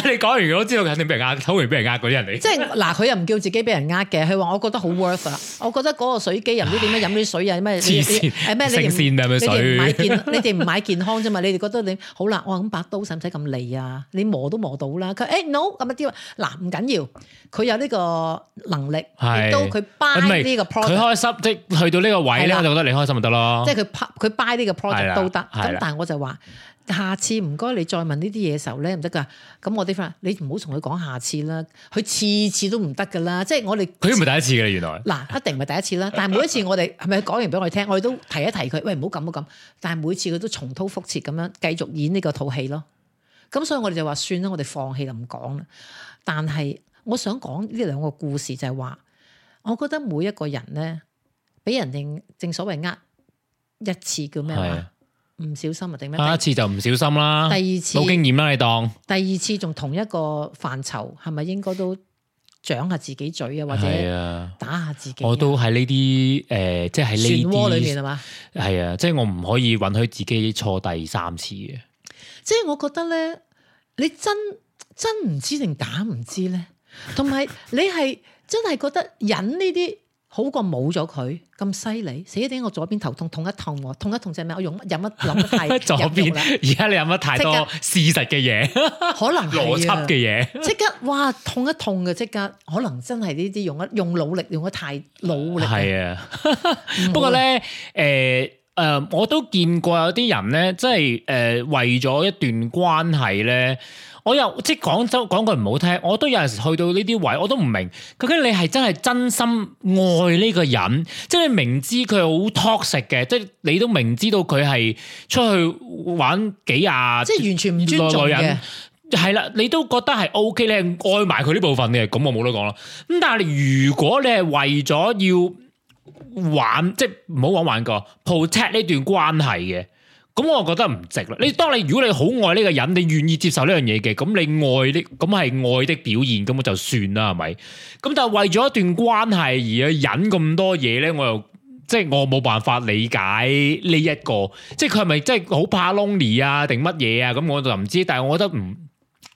Speaker 3: 咁你講完，我都知道佢肯定俾人呃，好容易俾人呃嗰啲人嚟。
Speaker 2: 即係嗱，佢又唔叫自己俾人呃嘅，佢話我覺得好 worth 啊！我覺得嗰個水機又唔知點樣飲啲水啊，咩你
Speaker 3: 黐線
Speaker 2: 誒咩你哋唔
Speaker 3: 聖鮮啊咩
Speaker 2: 你哋唔
Speaker 3: 水
Speaker 2: 買健，你哋唔買健康啫嘛？你哋覺得你好啦，我話咁把刀使唔使咁利啊？你磨都磨到啦。佢誒、欸 no 咁一啲話嗱唔緊要，佢有呢個能力，
Speaker 3: 係
Speaker 2: 亦都佢
Speaker 3: 唔
Speaker 2: buy
Speaker 3: 係
Speaker 2: 呢個
Speaker 3: 佢
Speaker 2: product，
Speaker 3: 開心，即係去到呢個位
Speaker 2: 係
Speaker 3: 咧，
Speaker 2: 啦
Speaker 3: 我就覺得你開心咪得咯。
Speaker 2: 即係佢 pa- 佢 buy 呢個
Speaker 3: 係啦
Speaker 2: product 都得。
Speaker 3: 係
Speaker 2: 咁
Speaker 3: 啦
Speaker 2: 但係我就話，下次唔該你再問呢啲嘢嘅時候咧唔得㗎。咁我啲 friend 話你唔好同佢講下次啦，佢次次都唔得㗎啦。即係我哋
Speaker 3: 佢唔係第一次嘅，原來
Speaker 2: 嗱，一定唔係第一次 啦。但係每一次我哋係咪講完俾我哋聽，我哋都提一提佢，喂唔好咁唔好咁。但係每次佢都重蹈覆轍咁樣繼續演呢個套戲咯。咁所以我哋就話算啦，我哋放棄就唔講啦。但係我想講呢兩個故事就係話，我覺得每一個人咧，俾人哋正所謂呃一次叫咩
Speaker 3: 係
Speaker 2: 話，唔小心啊定咩？
Speaker 3: 第一
Speaker 2: 第
Speaker 3: 次就唔小心啦，
Speaker 2: 第二次
Speaker 3: 冇經驗啦，你當
Speaker 2: 第二次仲同一個範疇，係咪應該都掌下自己嘴啊，或
Speaker 3: 係
Speaker 2: 者
Speaker 3: 啊。
Speaker 2: 打下自己啊？
Speaker 3: 我都喺呢啲誒，即係
Speaker 2: 漩渦裏
Speaker 3: 喺
Speaker 2: 面
Speaker 3: 呢
Speaker 2: 係嘛？
Speaker 3: 啲係啊，即係我唔可以允許自己錯第三次嘅。
Speaker 2: 即係我覺得咧，你真真唔知定假唔知咧，同埋 你係真係覺得忍呢啲好過冇咗佢咁犀利，死啲我左邊頭痛痛一痛喎，痛一痛就係咩？我用飲一諗得太
Speaker 3: 左
Speaker 2: 哎入
Speaker 3: 邊
Speaker 2: 肉啦，
Speaker 3: 而家你諗得太多事實嘅嘢、
Speaker 2: 可能 係
Speaker 3: 邏輯
Speaker 2: 啊
Speaker 3: 嘅嘢。
Speaker 2: 即刻哇痛一痛嘅即刻，可能真係呢啲用一用努力用得太努力，
Speaker 3: 係啊，
Speaker 2: 唔好
Speaker 3: 不過咧，誒、誒、我都見過有啲人咧，即係誒、為咗一段關係咧，我又即係講真講句唔好聽，我都有陣時去到呢啲位，我都唔明究竟你係真係真心愛呢個人，即係你明知佢好 toxic 嘅，即係你都明知道佢係出去玩幾廿
Speaker 2: 即係完全唔尊重
Speaker 3: 啊女人
Speaker 2: 嘅。
Speaker 3: 係啦，你都覺得係 O K 咧，你係愛埋佢呢部分嘅，咁我冇得講啦。咁但係如果你係為咗要玩，即係唔好玩玩過 protect 呢段關係嘅，咁我覺得唔值啦。你當你如果你好愛呢個人，你願意接受呢樣嘢嘅，咁你愛的咁係愛的表現，咁我就算啦，係咪？咁但係為咗一段關係而去忍咁多嘢咧，我又〜即係我冇辦法理解呢、一個，即係佢係咪真係好怕 lonely 啊，定乜嘢啊？咁我就唔知，但係我覺得唔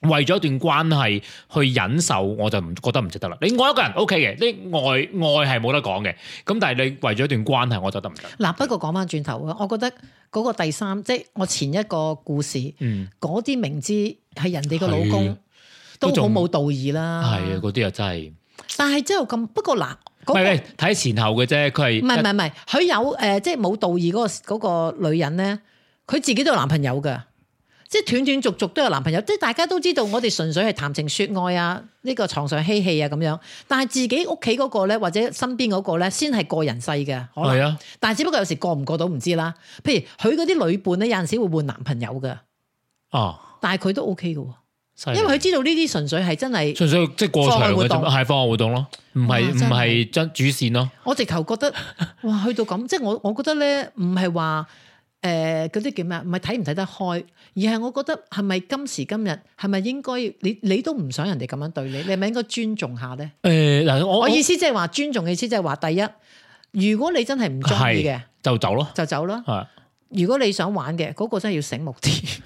Speaker 3: 為咗一段關係去忍受，我就唔覺得唔值得啦。你愛一個人 OK 嘅，你愛愛係冇得講嘅。咁但係你為咗一段關係，我就覺得唔得。
Speaker 2: 嗱，不過講翻轉頭啊，我覺得嗰個第三，即係我前一個故事，
Speaker 3: 嗯，
Speaker 2: 嗰啲明知係人哋個老
Speaker 3: 係
Speaker 2: 公都
Speaker 3: 都
Speaker 2: 好
Speaker 3: 仲
Speaker 2: 冇道義
Speaker 3: 係
Speaker 2: 啦。
Speaker 3: 啊，嗰啲又真係，
Speaker 2: 但係之後咁，不過嗱，
Speaker 3: 唔
Speaker 2: 嗰個
Speaker 3: 係睇前後嘅啫。佢係
Speaker 2: 唔係唔係唔係，佢有誒、呃即係冇道義嗰、個嗰個女人咧，佢自己都有男朋友㗎，即係斷斷續續都有男朋友，即係大家都知道我哋純粹係談情説愛啊，呢、個床上嬉戲啊咁樣，但係自己屋企嗰個咧，或者身邊嗰個咧，先係過人世嘅，可能
Speaker 3: 係。啊，
Speaker 2: 但係只不過有時過唔過到唔知啦。譬如佢嗰啲女伴咧，有陣時會換男朋友㗎，
Speaker 3: 哦，
Speaker 2: 但係佢都 OK 嘅喎。
Speaker 3: 犀利
Speaker 2: 因為佢知道呢啲純粹係真係，
Speaker 3: 純粹即係過場嘅啫，
Speaker 2: 課外活動
Speaker 3: 係課外活動咯，唔係
Speaker 2: 哇
Speaker 3: 唔
Speaker 2: 真係
Speaker 3: 係真主線咯。
Speaker 2: 我直頭覺 得哇，去到咁，即係我我覺得咧，唔係話誒嗰啲叫咩啊，唔係睇唔睇得開，而係我覺得係咪今時今日係咪應該你你都唔想人哋咁樣對你，你係咪應該尊重下咧？
Speaker 3: 誒嗱，我
Speaker 2: 我意思即係話尊重嘅意思即係話，第一，如果你真係唔中意嘅
Speaker 3: 係就走咯，
Speaker 2: 就走啊啦；
Speaker 3: 係。
Speaker 2: 如果你想玩嘅，嗰、個真係要醒目啲。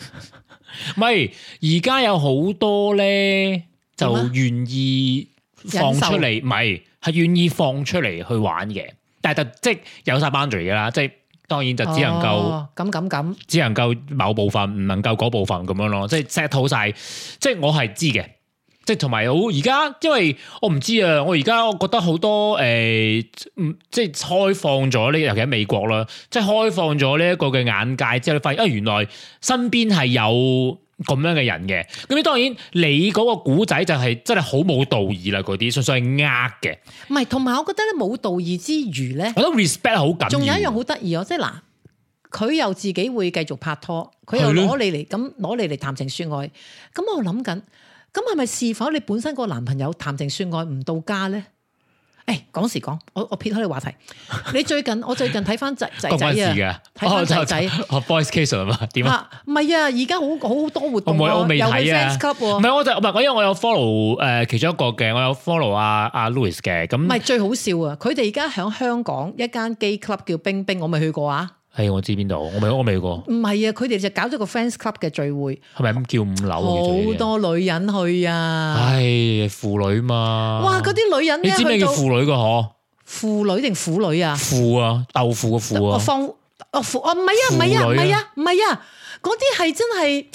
Speaker 3: 唔係，而家有好多咧就
Speaker 2: 點啊
Speaker 3: 願意放出嚟，唔係係願意放出嚟去玩嘅，但係就即係有晒 boundary 噶啦，即係當然就只能夠、
Speaker 2: 哦咁咁咁，
Speaker 3: 只能夠某部分，唔能夠嗰部分咁樣咯，即係 set 好晒，即係我係知嘅。即係同埋好而家，因為我唔知啊，我而家我覺得好多誒，嗯、即係開放咗呢，尤其喺美國啦，即係開放咗呢一個嘅眼界之後，你發現啊，原來身邊係有咁樣嘅人嘅。咁你當然你嗰個古仔就係真係好冇道義啦，嗰啲純粹係呃嘅。
Speaker 2: 唔係，同埋我覺得咧冇道義之餘咧，
Speaker 3: 我覺得 respect 好緊要。
Speaker 2: 仲有一樣好得意哦，即係嗱，佢又自己會繼續拍拖，佢又
Speaker 3: 係咯
Speaker 2: 攞你嚟咁攞你嚟談情説愛，咁我諗緊，咁係咪是否你本身個男朋友談情説愛唔到家咧？誒講時講，我我撇開你 話題，你最近我最近睇翻仔仔
Speaker 3: 關唔
Speaker 2: 仔
Speaker 3: 關事
Speaker 2: 啊
Speaker 3: 嘅，
Speaker 2: 睇翻仔仔
Speaker 3: 哦，boys case 啊嘛，點啊？
Speaker 2: 啊，唔係啊，而家好好好多活
Speaker 3: 我
Speaker 2: 動
Speaker 3: 冇，
Speaker 2: 啊
Speaker 3: 我未
Speaker 2: 有去
Speaker 3: 睇
Speaker 2: fans
Speaker 3: 啊
Speaker 2: club。
Speaker 3: 唔
Speaker 2: 喎，
Speaker 3: 係，我就唔係，因為我有 follow 誒其中一個嘅，我有 follow 阿阿 Louis 嘅。
Speaker 2: 唔
Speaker 3: 咁
Speaker 2: 係最好笑啊！佢哋而家喺香港一間 gay club 叫冰冰，我未去過啊。
Speaker 3: 係我知邊度，我未我未去過，
Speaker 2: 唔係啊，佢哋就搞咗個 fans club 嘅聚會，
Speaker 3: 係咪咁叫五樓啊？
Speaker 2: 好
Speaker 3: 叫做呢啲嘢，
Speaker 2: 多女人去啊！
Speaker 3: 唉，婦女嘛。
Speaker 2: 哇，嗰啲女人
Speaker 3: 你
Speaker 2: 咧
Speaker 3: 知咩
Speaker 2: 去
Speaker 3: 叫
Speaker 2: 到
Speaker 3: 婦女個嗬？
Speaker 2: 婦女定婦女啊？
Speaker 3: 婦啊，豆腐個婦
Speaker 2: 我
Speaker 3: 啊。
Speaker 2: 放哦婦哦，唔係啊，唔係啊，唔
Speaker 3: 婦
Speaker 2: 係
Speaker 3: 女
Speaker 2: 啊
Speaker 3: 啊，
Speaker 2: 唔係啊，嗰啲係真係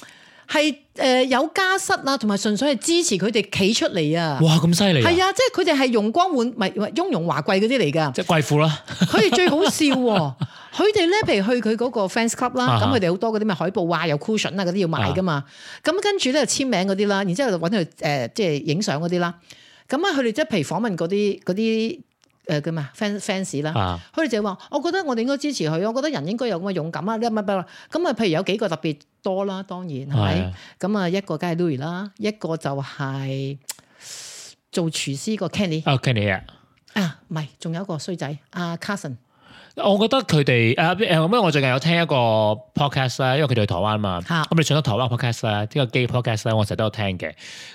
Speaker 2: 係誒有家室啊，同埋純粹係支持佢哋企出嚟啊！
Speaker 3: 哇，咁犀利啊！
Speaker 2: 係啊，即係佢哋係容光煥，唔係雍容華貴嗰啲嚟㗎。
Speaker 3: 即係貴婦啦。
Speaker 2: 佢哋最好笑喎， 佢哋咧，譬如去佢嗰個 fans club 啦，
Speaker 3: 啊
Speaker 2: 咁
Speaker 3: 哈
Speaker 2: 佢哋好多嗰啲咩海報啊、有 cushion 啊嗰啲要買噶嘛，咁跟住咧簽名嗰啲啦，然之後就揾佢誒即係影相嗰啲啦，咁啊佢哋即係譬如訪問嗰啲嗰啲誒叫咩 fans fans 啦。
Speaker 3: 啊，
Speaker 2: 佢哋就話：哦我覺得我哋應該支持佢，我覺得人應該有咁嘅勇敢啊！呢乜乜咁啊，譬如有幾個特別多啦，當然係
Speaker 3: 係
Speaker 2: 咪
Speaker 3: 啊？
Speaker 2: 咁啊，一個梗係 Louis 啦，一個就係做廚師個 Kenny
Speaker 3: 啊 Kenny 啊。
Speaker 2: 啊，唔係，仲有一個衰仔阿 Carson。
Speaker 3: 我覺得佢哋呃誒誒，咁、我最近有聽一個 podcast 啦，因為佢哋去台灣嘛，
Speaker 2: 嚇
Speaker 3: 咁你上咗台灣 podcast 啦，呢個 gay podcast 咧，我成日都有聽嘅。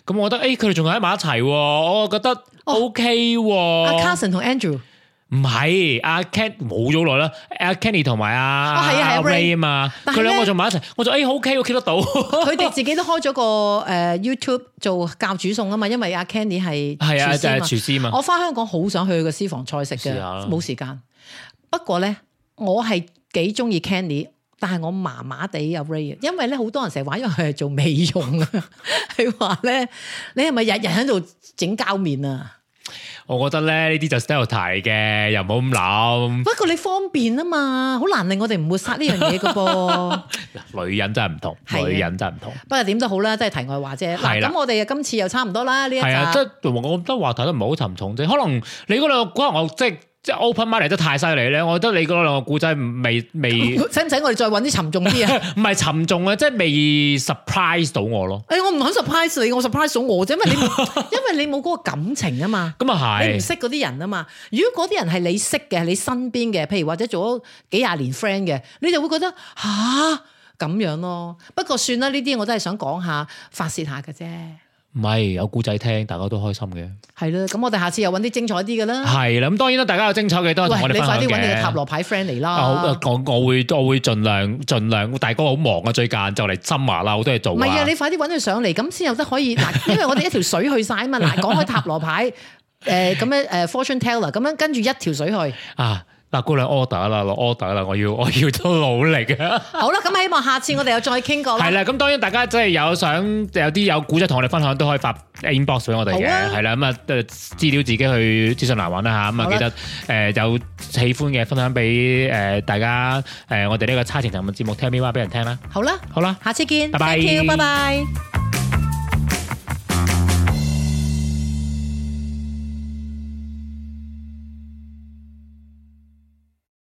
Speaker 3: 咁我覺得誒，佢哋仲喺埋一齊喎，我覺得 OK 喎。
Speaker 2: 哦阿 Carson 同 Andrew，
Speaker 3: 唔係阿 Ken 冇咗耐啦，阿 Kenny 同埋
Speaker 2: 哦係
Speaker 3: 阿
Speaker 2: 啊係啊
Speaker 3: 阿
Speaker 2: Ray
Speaker 3: Ray 啊嘛，
Speaker 2: 但係
Speaker 3: 佢
Speaker 2: 呢
Speaker 3: 兩個仲埋一齊，我就誒 OK，我 keep 得到。
Speaker 2: 佢哋自己都開咗個誒 YouTube 做教煮餸啊嘛，因為阿 Candy 係
Speaker 3: 係啊，
Speaker 2: 廚師嘛
Speaker 3: 就係廚師嘛。
Speaker 2: 我翻香港好想去佢個私房菜食嘅
Speaker 3: 試下，啦
Speaker 2: 冇時間。不過咧，我係幾中意 Candy。但係我麻麻地有 Ray 啊，因為咧好多人成日話，因為佢係做美容啊， 佢話咧你係咪日日喺度整膠面啊？
Speaker 3: 我覺得咧呢啲就 style 題嘅，又唔好咁諗。
Speaker 2: 不過你方便啊嘛，好難令我哋唔抹殺呢樣嘢噶 噃。
Speaker 3: 女人真係唔
Speaker 2: 係啊
Speaker 3: 同，女人真係唔同。
Speaker 2: 不過點都好啦，都係題外話啫。嗱，
Speaker 3: 係啦
Speaker 2: 咁我哋啊今次又差唔多啦，呢一集
Speaker 3: 係啊，即係我覺得話題都唔係好沉重啫。可能你嗰兩個，可能我即係即係 open mind 嚟得太犀利咧。我覺得你嗰兩個故仔未 未
Speaker 2: 使唔使我哋再揾啲沉重啲啊？
Speaker 3: 唔係沉重啊，即係未 surprise 到我咯。
Speaker 2: 誒、哎我唔肯 surprise 你，我 surprise 咗我啫，因為你 因為你冇嗰個感情啊嘛，
Speaker 3: 咁啊
Speaker 2: 你唔
Speaker 3: 係，
Speaker 2: 識嗰啲人啊嘛。如果嗰啲人係你識嘅，你身邊嘅，譬如或者做咗幾廿年 friend 嘅，你就會覺得吓，咁樣咯。不過算啦，呢啲我都係想講下發泄下嘅啫。
Speaker 3: 唔係有故仔聽，大家都開心嘅。
Speaker 2: 係啦，咁我哋下次又揾啲精彩啲嘅啦。
Speaker 3: 係啦，咁當然啦，大家有精彩嘅都係同我
Speaker 2: 啊喂，
Speaker 3: 哋
Speaker 2: 你
Speaker 3: 分
Speaker 2: 快
Speaker 3: 享
Speaker 2: 啲揾你嘅塔
Speaker 3: 嘅。
Speaker 2: 羅牌 friend 嚟
Speaker 3: 啊好
Speaker 2: 啦。
Speaker 3: 我我會我會盡量盡量，大哥好忙啊，最近就嚟針麻啦，好多嘢做
Speaker 2: 唔係啊，
Speaker 3: 啊。
Speaker 2: 你快啲揾佢上嚟，咁先有得可以 嗱，因為我哋一條水去晒啊嘛。嗱，講開塔羅牌，誒咁樣誒 fortune teller 咁樣跟住一條水去。
Speaker 3: 啊，嗱，姑娘 order 啦，落 order 啦，我要我要都努力啊。
Speaker 2: 好啦，咁希望下次我哋又再傾過啦
Speaker 3: 係。啦，咁當然大家真係有想有啲有古仔同我哋分享，都可以發 inbox 俾我哋嘅，
Speaker 2: 好啊
Speaker 3: 係啦，咁啊誒資料自己去資訊欄揾啦嚇，咁
Speaker 2: 好啦
Speaker 3: 啊記得誒、有喜歡嘅分享俾誒、大家誒、我哋呢個差情談嘅節目聽 m 話俾人聽啦，
Speaker 2: 好啦，
Speaker 3: 好啦。
Speaker 2: 下次見，
Speaker 3: 拜拜
Speaker 2: Thank you，拜拜。